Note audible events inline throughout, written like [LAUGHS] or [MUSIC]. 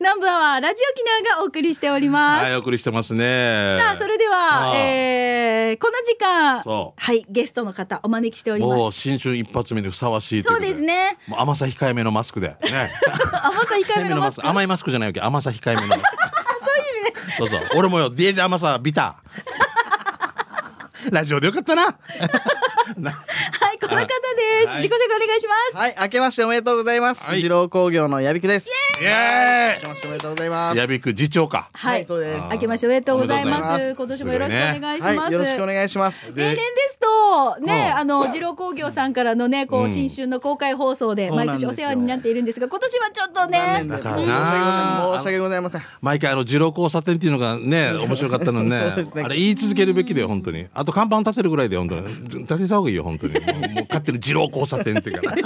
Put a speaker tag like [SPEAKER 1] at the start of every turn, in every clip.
[SPEAKER 1] 南部はラジオキナーがお送りしております。
[SPEAKER 2] はい、お送りしてますね。
[SPEAKER 1] さあ、それでは、
[SPEAKER 2] ああ
[SPEAKER 1] えーこの時間、
[SPEAKER 2] そう
[SPEAKER 1] はい、ゲストの方お招きしております。
[SPEAKER 2] もう新春一発目でふさわしいとい
[SPEAKER 1] そうう
[SPEAKER 2] こと
[SPEAKER 1] です。ね。
[SPEAKER 2] もう甘さ控えめのマスクで。
[SPEAKER 1] [LAUGHS]
[SPEAKER 2] ね。
[SPEAKER 1] 甘さ控えめのマスク。
[SPEAKER 2] [LAUGHS] 甘いマスクじゃないわけ、甘さ控え
[SPEAKER 1] [LAUGHS]
[SPEAKER 2] めの。そういう意味ね。そうそう、俺もよ、ディエジ甘さビタ
[SPEAKER 1] [LAUGHS]
[SPEAKER 2] ー。ラジオでよかったな。な
[SPEAKER 1] はい、この方です。
[SPEAKER 2] はい
[SPEAKER 1] 自己紹介お願いします。
[SPEAKER 3] はい、明けましておめでとうございます。
[SPEAKER 2] はい
[SPEAKER 3] 二郎工業のやびくです。
[SPEAKER 2] イエ
[SPEAKER 3] 明けましておめでとうございま
[SPEAKER 2] ーイ。
[SPEAKER 3] す。
[SPEAKER 2] やびく次長か。
[SPEAKER 1] はい、
[SPEAKER 3] そうです。
[SPEAKER 1] 明けましておめでとうござい
[SPEAKER 3] お
[SPEAKER 1] ます。
[SPEAKER 3] め
[SPEAKER 1] 今
[SPEAKER 2] う
[SPEAKER 3] で
[SPEAKER 2] ございます
[SPEAKER 1] 年もよろしくお願いします。
[SPEAKER 3] はい、よろしくお願いします。
[SPEAKER 1] 例年ですと、ね、
[SPEAKER 2] うん
[SPEAKER 1] あの、二郎工業さんからのね、こう、新春の公開放送で、
[SPEAKER 3] そうなん
[SPEAKER 1] 毎
[SPEAKER 3] で
[SPEAKER 1] 年
[SPEAKER 3] すよ
[SPEAKER 1] お世話になっているんですが、今年はちょっとね、
[SPEAKER 3] で
[SPEAKER 2] だから
[SPEAKER 3] 申し
[SPEAKER 2] な
[SPEAKER 3] 訳ございません申し訳ございません。
[SPEAKER 2] 毎回あの二郎交差点っていうの
[SPEAKER 1] [LAUGHS]
[SPEAKER 2] がね面白かったのにね
[SPEAKER 3] ですね
[SPEAKER 2] あれ言い続けるべきだよ本当にあと看板立てるぐらいで本当に立てた方がいいよ本当にもうもう勝手に二郎交差点っていう
[SPEAKER 1] [LAUGHS]
[SPEAKER 2] から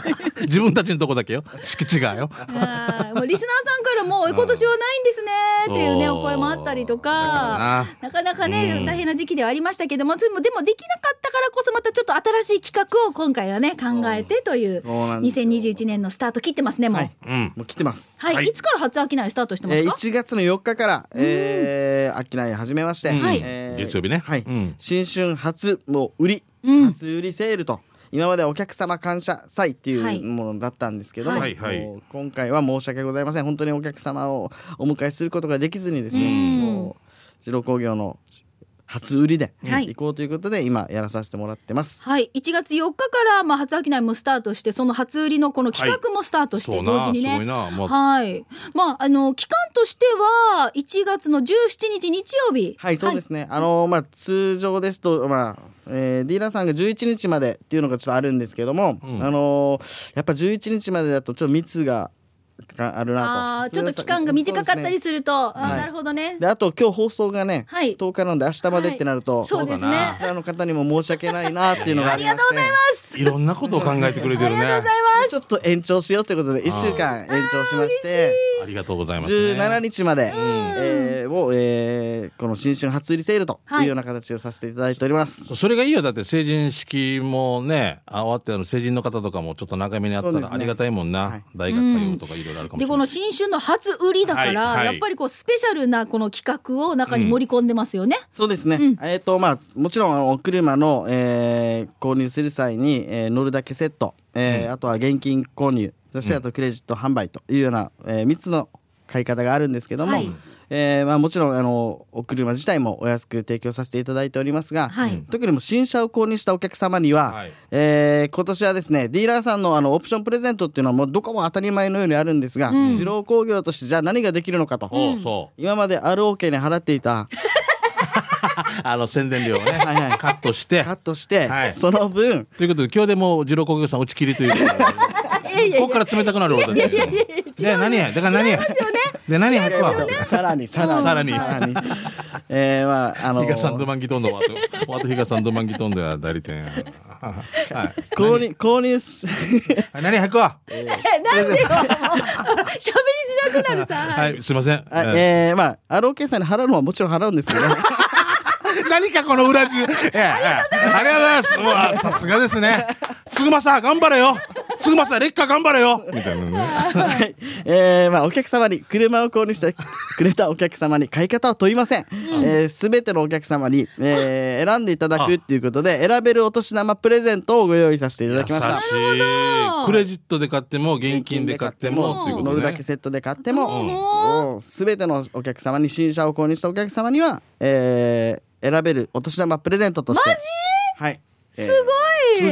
[SPEAKER 2] 自分たちのとこだけよ敷地がよ
[SPEAKER 1] はいもうリスナーさんからも、今年はないんですね、っていうね、
[SPEAKER 2] そう
[SPEAKER 1] お声もあったりと
[SPEAKER 2] だか
[SPEAKER 1] か、
[SPEAKER 2] ら
[SPEAKER 1] なかなかね、大変な時期ではありましたけども、でも、でもできなかったからこそ、またちょっと新しい企画を今回はね、考えてという、
[SPEAKER 3] そうなんですよ
[SPEAKER 1] 2021年のスタート切ってますね、もう。
[SPEAKER 3] は
[SPEAKER 1] はいい、
[SPEAKER 2] うん
[SPEAKER 3] もう来てます。
[SPEAKER 2] はい
[SPEAKER 1] い、つから初商いスタートしてま
[SPEAKER 3] え
[SPEAKER 1] す
[SPEAKER 3] ー、
[SPEAKER 1] か、
[SPEAKER 3] 1月の4日から、えー、商い始めまして、
[SPEAKER 2] うん
[SPEAKER 1] はい
[SPEAKER 3] えー
[SPEAKER 2] 月曜日ね
[SPEAKER 3] はい
[SPEAKER 2] うん
[SPEAKER 3] 新春初もう売り、
[SPEAKER 1] うん
[SPEAKER 3] 初売りセールと今までお客様感謝祭ってい
[SPEAKER 1] はいう
[SPEAKER 3] ものだったんですけども、
[SPEAKER 2] はいはい
[SPEAKER 3] もう今回は申し訳ございません本当にお客様をお迎えすることができずにですね、
[SPEAKER 1] うん
[SPEAKER 3] もう二郎工業の初売りで
[SPEAKER 1] はい
[SPEAKER 3] 行こうということで、今やらさせてもらってます。
[SPEAKER 1] はい、1月4日から、まあ、初商いもスタートしてその初売りのこの企画もスタートして、
[SPEAKER 2] そう
[SPEAKER 1] 同
[SPEAKER 2] な
[SPEAKER 1] 時
[SPEAKER 2] す
[SPEAKER 1] に
[SPEAKER 2] ごい
[SPEAKER 1] ね。
[SPEAKER 2] なもう
[SPEAKER 1] はい、まああの期間としては1月の17日日曜日
[SPEAKER 3] はい、そうですね。あのまあ、通常ですと、まあ、えーディーラーさんが11日までっていうのがちょっとあるんですけども、
[SPEAKER 2] うん
[SPEAKER 3] あのやっぱ11日までだとちょっと密ががある
[SPEAKER 1] あ
[SPEAKER 3] な
[SPEAKER 1] あ
[SPEAKER 3] と。
[SPEAKER 1] ちょっと期間が短かったり
[SPEAKER 3] す
[SPEAKER 1] すると、あ
[SPEAKER 3] は
[SPEAKER 1] ー
[SPEAKER 3] い
[SPEAKER 1] なるほどね
[SPEAKER 3] [LAUGHS] で、あと今日放送がね、
[SPEAKER 1] はい
[SPEAKER 3] 10日なので明日までってなると、
[SPEAKER 1] そうですね
[SPEAKER 2] そうだ
[SPEAKER 3] リスナーの方にも申し訳ないなっていうのがありまして
[SPEAKER 2] いろんなことを考えてくれ
[SPEAKER 1] [LAUGHS]
[SPEAKER 2] てるね
[SPEAKER 3] ちょっと延長しようということで1週間延長しまして
[SPEAKER 2] ありがとうございますね
[SPEAKER 3] 17日まで、えーを、えーこの新春初売りセールというような形をさせていただいております。
[SPEAKER 2] それがいいよだって成人式もねあ終わってあの成人の方とかもちょっと長めにあった
[SPEAKER 3] そうです
[SPEAKER 2] ら
[SPEAKER 3] ね
[SPEAKER 2] ありがたいもんな、
[SPEAKER 3] はい
[SPEAKER 2] 大学通うとかいろいろあるか
[SPEAKER 1] で
[SPEAKER 2] もしれない、
[SPEAKER 1] この新春の初売りだから、
[SPEAKER 2] はいはい
[SPEAKER 1] やっぱりこうスペシャルなこの企画を中に盛り込んでますよ
[SPEAKER 3] [LAUGHS]
[SPEAKER 1] ね。
[SPEAKER 3] そうですね、
[SPEAKER 1] うん
[SPEAKER 3] えっ、とまあもちろんあのお車の、えー購入する際に、えー乗るだけセット、えーあとは現金購入そしてあとクレジット販売というような、え3つの買い方があるんですけども、
[SPEAKER 1] はい
[SPEAKER 3] えーまあ、もちろんあのお車自体もお安く提供させていただいておりますが、
[SPEAKER 1] はい
[SPEAKER 3] 特にもう新車を購入したお客様には、
[SPEAKER 2] はい
[SPEAKER 3] えー今年はですねディーラーさんのあのオプションプレゼントっていうのはもうどこも当たり前のようにあるんですが、二郎工業としてじゃあ何ができるのかと、
[SPEAKER 2] おうそう
[SPEAKER 3] 今まで ROK に払っていた
[SPEAKER 2] あの宣伝料をね
[SPEAKER 3] はいはい
[SPEAKER 2] カットして
[SPEAKER 3] カットして、
[SPEAKER 2] はい
[SPEAKER 3] その分
[SPEAKER 2] ということで今日でもう二郎工業さん打ち切りということで
[SPEAKER 1] [LAUGHS]
[SPEAKER 2] ここから冷たくなることでで何やだから何やで何やくわ
[SPEAKER 3] さらにさらに
[SPEAKER 2] さらに
[SPEAKER 3] えー、まああの
[SPEAKER 2] ヒガさんドマンギトンドワートワートヒガさんドマンギトンドは代理
[SPEAKER 3] [LAUGHS]
[SPEAKER 2] 店はい
[SPEAKER 3] 購入購入し
[SPEAKER 2] はい何やくわ
[SPEAKER 1] [LAUGHS] 喋りづらくなるさ。は
[SPEAKER 2] はいいすいません
[SPEAKER 3] あえー、まあ ROK さんに払うのはもちろん払うんですけど
[SPEAKER 2] [LAUGHS] 何かこの裏地。ええ、ええありがとうございます。うわさすがですね。つぐまさん、頑張れよ。つぐまさん、劣化頑張れよ。みたいなね。
[SPEAKER 3] はいえー、まあお客様に車を購入してくれたお客様に買い方を問いません、えー、全てのお客様に、えー、選んでいただくっていうことで選べるお年玉プレゼントをご用意させていただきました
[SPEAKER 2] い。クレジットで買っても、現金で買っても、ということ
[SPEAKER 3] 乗る
[SPEAKER 2] ね
[SPEAKER 3] だけセットで買っても、
[SPEAKER 1] うん
[SPEAKER 3] もう全てのお客様に新車を購入したお客様には、えー選べるお年玉プレゼントとしてマジはい、す
[SPEAKER 2] 通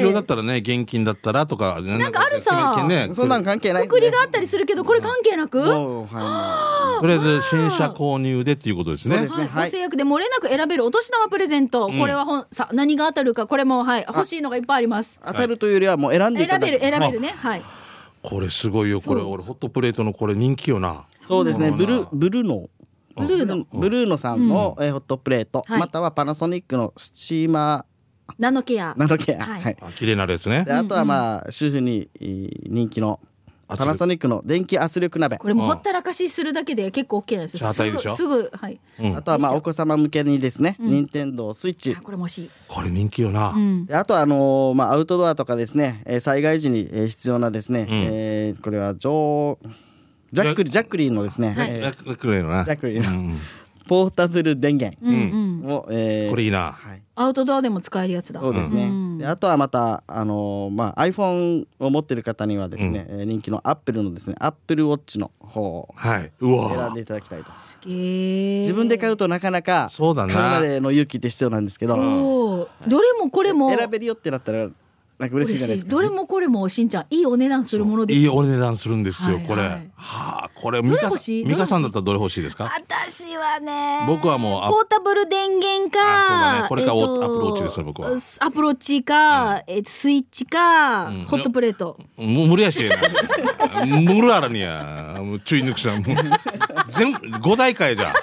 [SPEAKER 2] 常だったらね、現金だったらとか、なん
[SPEAKER 1] かあるさ
[SPEAKER 2] 決め決めね
[SPEAKER 3] そんなん関係ない
[SPEAKER 1] くくりがあったりするけどこれ関係なく、
[SPEAKER 3] もうは
[SPEAKER 2] とりあえず、新車購入でっていうことです
[SPEAKER 3] そう
[SPEAKER 2] ね
[SPEAKER 3] で。す
[SPEAKER 1] は
[SPEAKER 3] ね
[SPEAKER 1] い、
[SPEAKER 3] はい
[SPEAKER 1] ご制約で漏れなく選べるお年玉プレゼント、これはほんさ何が当たるかこれもはい欲しいのがいっぱいあります
[SPEAKER 3] い当たるというよりはもう選んでいた
[SPEAKER 1] 選
[SPEAKER 3] だ
[SPEAKER 1] べ
[SPEAKER 3] く
[SPEAKER 1] る選べるねはい
[SPEAKER 2] これすごいよ。これ、俺、ホットプレートのこれ人気よな。
[SPEAKER 3] そうですね
[SPEAKER 2] そう
[SPEAKER 3] ブ
[SPEAKER 2] なん
[SPEAKER 3] ル
[SPEAKER 2] だ
[SPEAKER 3] ブルーノ
[SPEAKER 1] ブルーノ
[SPEAKER 3] ブルーノさんの、えーホットプレート、
[SPEAKER 1] はい
[SPEAKER 3] またはパナソニックのスチーマ
[SPEAKER 1] ナノケア
[SPEAKER 3] ーなのけ、
[SPEAKER 1] は
[SPEAKER 3] はいい
[SPEAKER 2] あ綺麗なるやつね
[SPEAKER 3] で。あとはまあ主婦にえー人気の
[SPEAKER 2] 圧力
[SPEAKER 3] パナソニックの電気圧力鍋
[SPEAKER 1] これもほったらかしするだけで結構 OK なんです
[SPEAKER 2] じゃあ
[SPEAKER 1] よ
[SPEAKER 2] 当
[SPEAKER 1] す
[SPEAKER 2] たりで
[SPEAKER 1] ぐ
[SPEAKER 2] しょ
[SPEAKER 1] すぐはい
[SPEAKER 2] うん
[SPEAKER 3] あとはまあお子様向けにですね、任天堂スイッチ
[SPEAKER 1] あこれも欲しい、
[SPEAKER 2] これ人気よな
[SPEAKER 1] う。ん、
[SPEAKER 3] であとはあのーまあ、アウトドアとかですね、えー災害時にえー必要なですね、えーこれは常ジャックリジャックリーのですね、
[SPEAKER 1] はい
[SPEAKER 3] えー
[SPEAKER 2] ラックレーのな
[SPEAKER 3] ジャックリー
[SPEAKER 2] う
[SPEAKER 3] の
[SPEAKER 2] ん
[SPEAKER 3] ポータブル電源
[SPEAKER 1] うんうん
[SPEAKER 3] を、えー
[SPEAKER 2] これいいな
[SPEAKER 3] はい、
[SPEAKER 1] アウトドアでも使えるやつだ
[SPEAKER 3] そうですね、
[SPEAKER 1] うん
[SPEAKER 3] であとはまた、あのーまあ、iPhone を持ってる方にはですね、えー人気の Apple のですね AppleWatch の方を
[SPEAKER 2] はいう
[SPEAKER 3] 選ん
[SPEAKER 2] わ
[SPEAKER 3] でいただきたいと
[SPEAKER 1] 自
[SPEAKER 3] 自分で買
[SPEAKER 1] う
[SPEAKER 3] うとなかなか
[SPEAKER 2] そうだな
[SPEAKER 3] 買うまでの勇気って必要なんですけど、
[SPEAKER 1] そうどれもこれも
[SPEAKER 3] 選べるよってなったらなんか嬉しいじゃないですか、
[SPEAKER 1] どれもこれもしんちゃんいいお値段するものです
[SPEAKER 2] いいお値段するんですよ
[SPEAKER 1] はい
[SPEAKER 2] これ
[SPEAKER 1] はい
[SPEAKER 2] はあこれ
[SPEAKER 1] れ
[SPEAKER 2] 美香
[SPEAKER 1] 欲
[SPEAKER 2] さん
[SPEAKER 1] しい
[SPEAKER 2] 美香さん
[SPEAKER 1] どれ欲しい
[SPEAKER 2] だったらどれ欲しいですか
[SPEAKER 1] 私はね
[SPEAKER 2] 僕はもうあ
[SPEAKER 1] ポータブル電源
[SPEAKER 2] あそうだ
[SPEAKER 1] か
[SPEAKER 2] ねこれか
[SPEAKER 1] えと
[SPEAKER 2] アップルウォッチですよ僕は
[SPEAKER 1] アプローチか、えースイッチか、
[SPEAKER 2] うん
[SPEAKER 1] ホットプレート
[SPEAKER 2] もう無理やしやな無理あらにやもう注意抜くしな
[SPEAKER 1] [LAUGHS]
[SPEAKER 2] もう全5台かいじゃ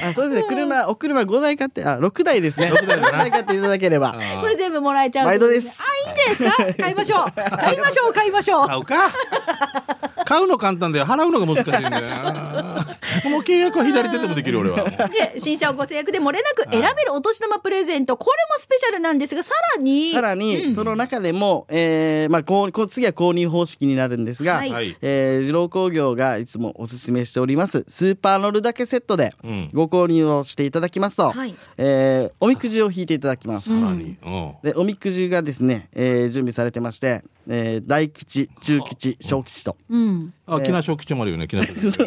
[SPEAKER 3] あそうですね車お車5台買ってあ6台ですね
[SPEAKER 2] 6台だな
[SPEAKER 3] 買っていただければ
[SPEAKER 1] これ全部もらえちゃう
[SPEAKER 3] 毎度です
[SPEAKER 1] あいいんじゃないですか買いましょ
[SPEAKER 2] [LAUGHS]
[SPEAKER 1] う買いましょう買いましょう
[SPEAKER 2] 買うか買うの簡単で払うのが難しいんだよなもう契約は左手でもできる俺は
[SPEAKER 1] で新車をご制約でもれなく選べるお年玉プレゼントこれもスペシャルなんですがさらに
[SPEAKER 3] さらにその中でも、えーまあ、こうこう次は購入方式になるんですが、
[SPEAKER 1] はい
[SPEAKER 2] はい
[SPEAKER 3] えー、二郎工業がいつもおすすめしておりますスーパー乗るだけセットで
[SPEAKER 2] うん
[SPEAKER 3] ご購入をしていただきますと、
[SPEAKER 1] はい
[SPEAKER 3] えーおみくじを引いていただきます。
[SPEAKER 2] さらにうん
[SPEAKER 3] でおみくじがですね、えー準備されてまして、えー大吉中吉小吉と
[SPEAKER 1] うん
[SPEAKER 2] あ、木梨小吉もあるよね、木梨小吉。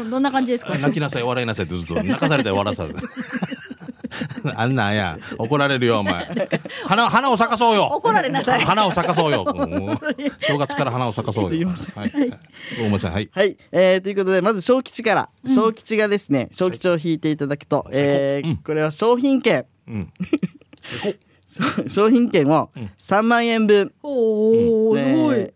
[SPEAKER 1] どどんな感じですか
[SPEAKER 2] 泣きなさい、笑いなさいってずっと、泣かされたり笑わされた [LAUGHS] あんなんや、怒られるよ、お前。花、花を咲かそうよ。
[SPEAKER 1] 怒られなさい
[SPEAKER 2] 花を咲かそうよ。もう正月から花を咲かそうよ。
[SPEAKER 3] すいません
[SPEAKER 2] はい。ごめんなさい、はい。
[SPEAKER 3] はい、えーということでまず小吉から小吉がですね、小吉を引いていただくと、えーこれは商品券 [LAUGHS]
[SPEAKER 2] うん。
[SPEAKER 3] 商品券を3万円分、
[SPEAKER 1] おお、
[SPEAKER 3] ね
[SPEAKER 1] すごい。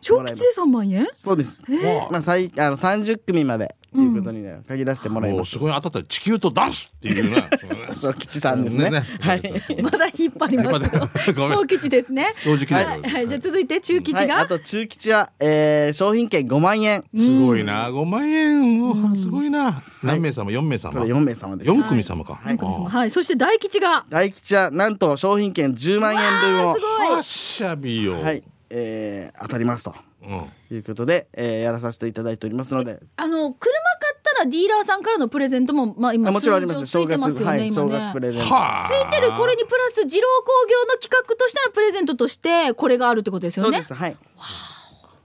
[SPEAKER 1] 小吉で三万円。
[SPEAKER 3] そうです、
[SPEAKER 2] わあ
[SPEAKER 3] まあ、最あの30組までということにね限らせてもらい
[SPEAKER 2] も
[SPEAKER 3] ま
[SPEAKER 2] う
[SPEAKER 3] す、
[SPEAKER 2] すごい当たったら地球とダンスっていうね。
[SPEAKER 3] 小吉さんですね
[SPEAKER 2] ねね
[SPEAKER 3] [LAUGHS] はい、
[SPEAKER 1] まだ引っ張りま
[SPEAKER 3] [LAUGHS]
[SPEAKER 1] すよ
[SPEAKER 2] 引っ張っ。てごめん
[SPEAKER 1] 小吉ですね。
[SPEAKER 2] 正直だ
[SPEAKER 1] はい、
[SPEAKER 2] よ。
[SPEAKER 1] はい、じゃあ続いて中吉
[SPEAKER 3] はい、あ
[SPEAKER 1] が。
[SPEAKER 3] と中吉は、えー商品券5万円
[SPEAKER 2] すごいな、5万円。もうすごいな。何名様 ?4 名
[SPEAKER 3] こ
[SPEAKER 2] 様
[SPEAKER 3] れ。4名様です
[SPEAKER 2] 4組様か。
[SPEAKER 1] はい、はい、そして大吉が。
[SPEAKER 3] 大吉はなんと商品券10万円分を
[SPEAKER 1] すごい。
[SPEAKER 2] はっしゃびよ。
[SPEAKER 3] はい、えー当たりますと
[SPEAKER 2] うん。
[SPEAKER 3] いうことで、えーやらさせていただいておりますので
[SPEAKER 1] あの車買ったらディーラーさんからのプレゼントも、まあ、今
[SPEAKER 3] あもちろんあります
[SPEAKER 1] 通常つい
[SPEAKER 3] 正
[SPEAKER 1] て
[SPEAKER 3] 月
[SPEAKER 1] ますよ
[SPEAKER 3] は
[SPEAKER 1] ね。
[SPEAKER 3] い
[SPEAKER 1] 今
[SPEAKER 3] 正
[SPEAKER 1] ね
[SPEAKER 3] 月プレゼント
[SPEAKER 2] はあ。
[SPEAKER 1] ついてるこれにプラス二郎工業の企画としてのプレゼントとしてこれがあるってことです
[SPEAKER 3] そ
[SPEAKER 1] よ
[SPEAKER 3] う
[SPEAKER 1] ね
[SPEAKER 3] ですはい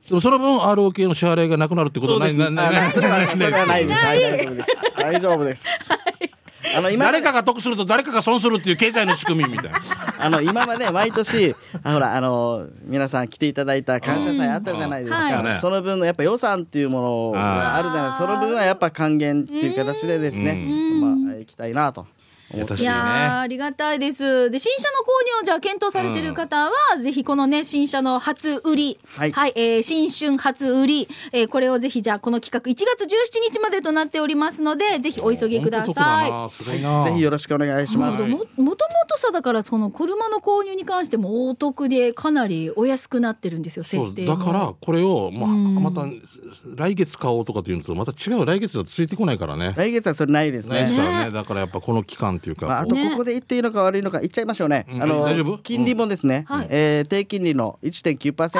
[SPEAKER 2] でもその分 ROK の支払いがなくなるってことはない
[SPEAKER 3] あ
[SPEAKER 2] なな
[SPEAKER 3] なそれはそれはないです
[SPEAKER 1] な
[SPEAKER 3] はいい大丈夫です大丈夫ですあの今ま
[SPEAKER 2] 誰
[SPEAKER 3] で
[SPEAKER 2] かが得すると誰かが損するっていう経済の仕組みみたいな
[SPEAKER 3] [LAUGHS] あの今まで毎年あほらあの皆さん来ていただいた感謝祭あったじゃないです
[SPEAKER 1] うん
[SPEAKER 3] か、
[SPEAKER 2] うんはい
[SPEAKER 3] その分のやっぱ予算っていうものがあるじゃないその分はやっぱ還元っていう形でですねまあ行きたいなと
[SPEAKER 2] 優し
[SPEAKER 1] い
[SPEAKER 2] いね
[SPEAKER 1] やーありがたいです。で新車の購入をじゃあ検討されている方は、ぜひこのね新車の初売り、は、
[SPEAKER 3] はいい
[SPEAKER 1] えー新春初売り、えーこれをぜひじゃあこの企画1月17日までとなっておりますのでぜひお急ぎください。
[SPEAKER 2] 本当得だなすごいな
[SPEAKER 3] ぜひよろしくお願いし
[SPEAKER 1] も
[SPEAKER 3] ます
[SPEAKER 1] とももとさだからその車の購入に関してもお得でかなりお安くなってるんですよ
[SPEAKER 2] そ
[SPEAKER 1] 設
[SPEAKER 2] う
[SPEAKER 1] 定
[SPEAKER 2] だからこれを、まあ、また来月買おうとかっていうのとまた違う来月だとついてこないからね
[SPEAKER 3] 来月はそれないです
[SPEAKER 2] ないです
[SPEAKER 3] ね
[SPEAKER 2] からねだからやっぱこの期間っていうか、
[SPEAKER 3] まあ、あ
[SPEAKER 2] ことう
[SPEAKER 3] ここで言っていいのか悪いのか言っちゃいましょうね。
[SPEAKER 2] うん
[SPEAKER 3] あの
[SPEAKER 2] 大丈夫
[SPEAKER 3] 金利もですね、
[SPEAKER 1] うんはい
[SPEAKER 3] えー低金利の1.9%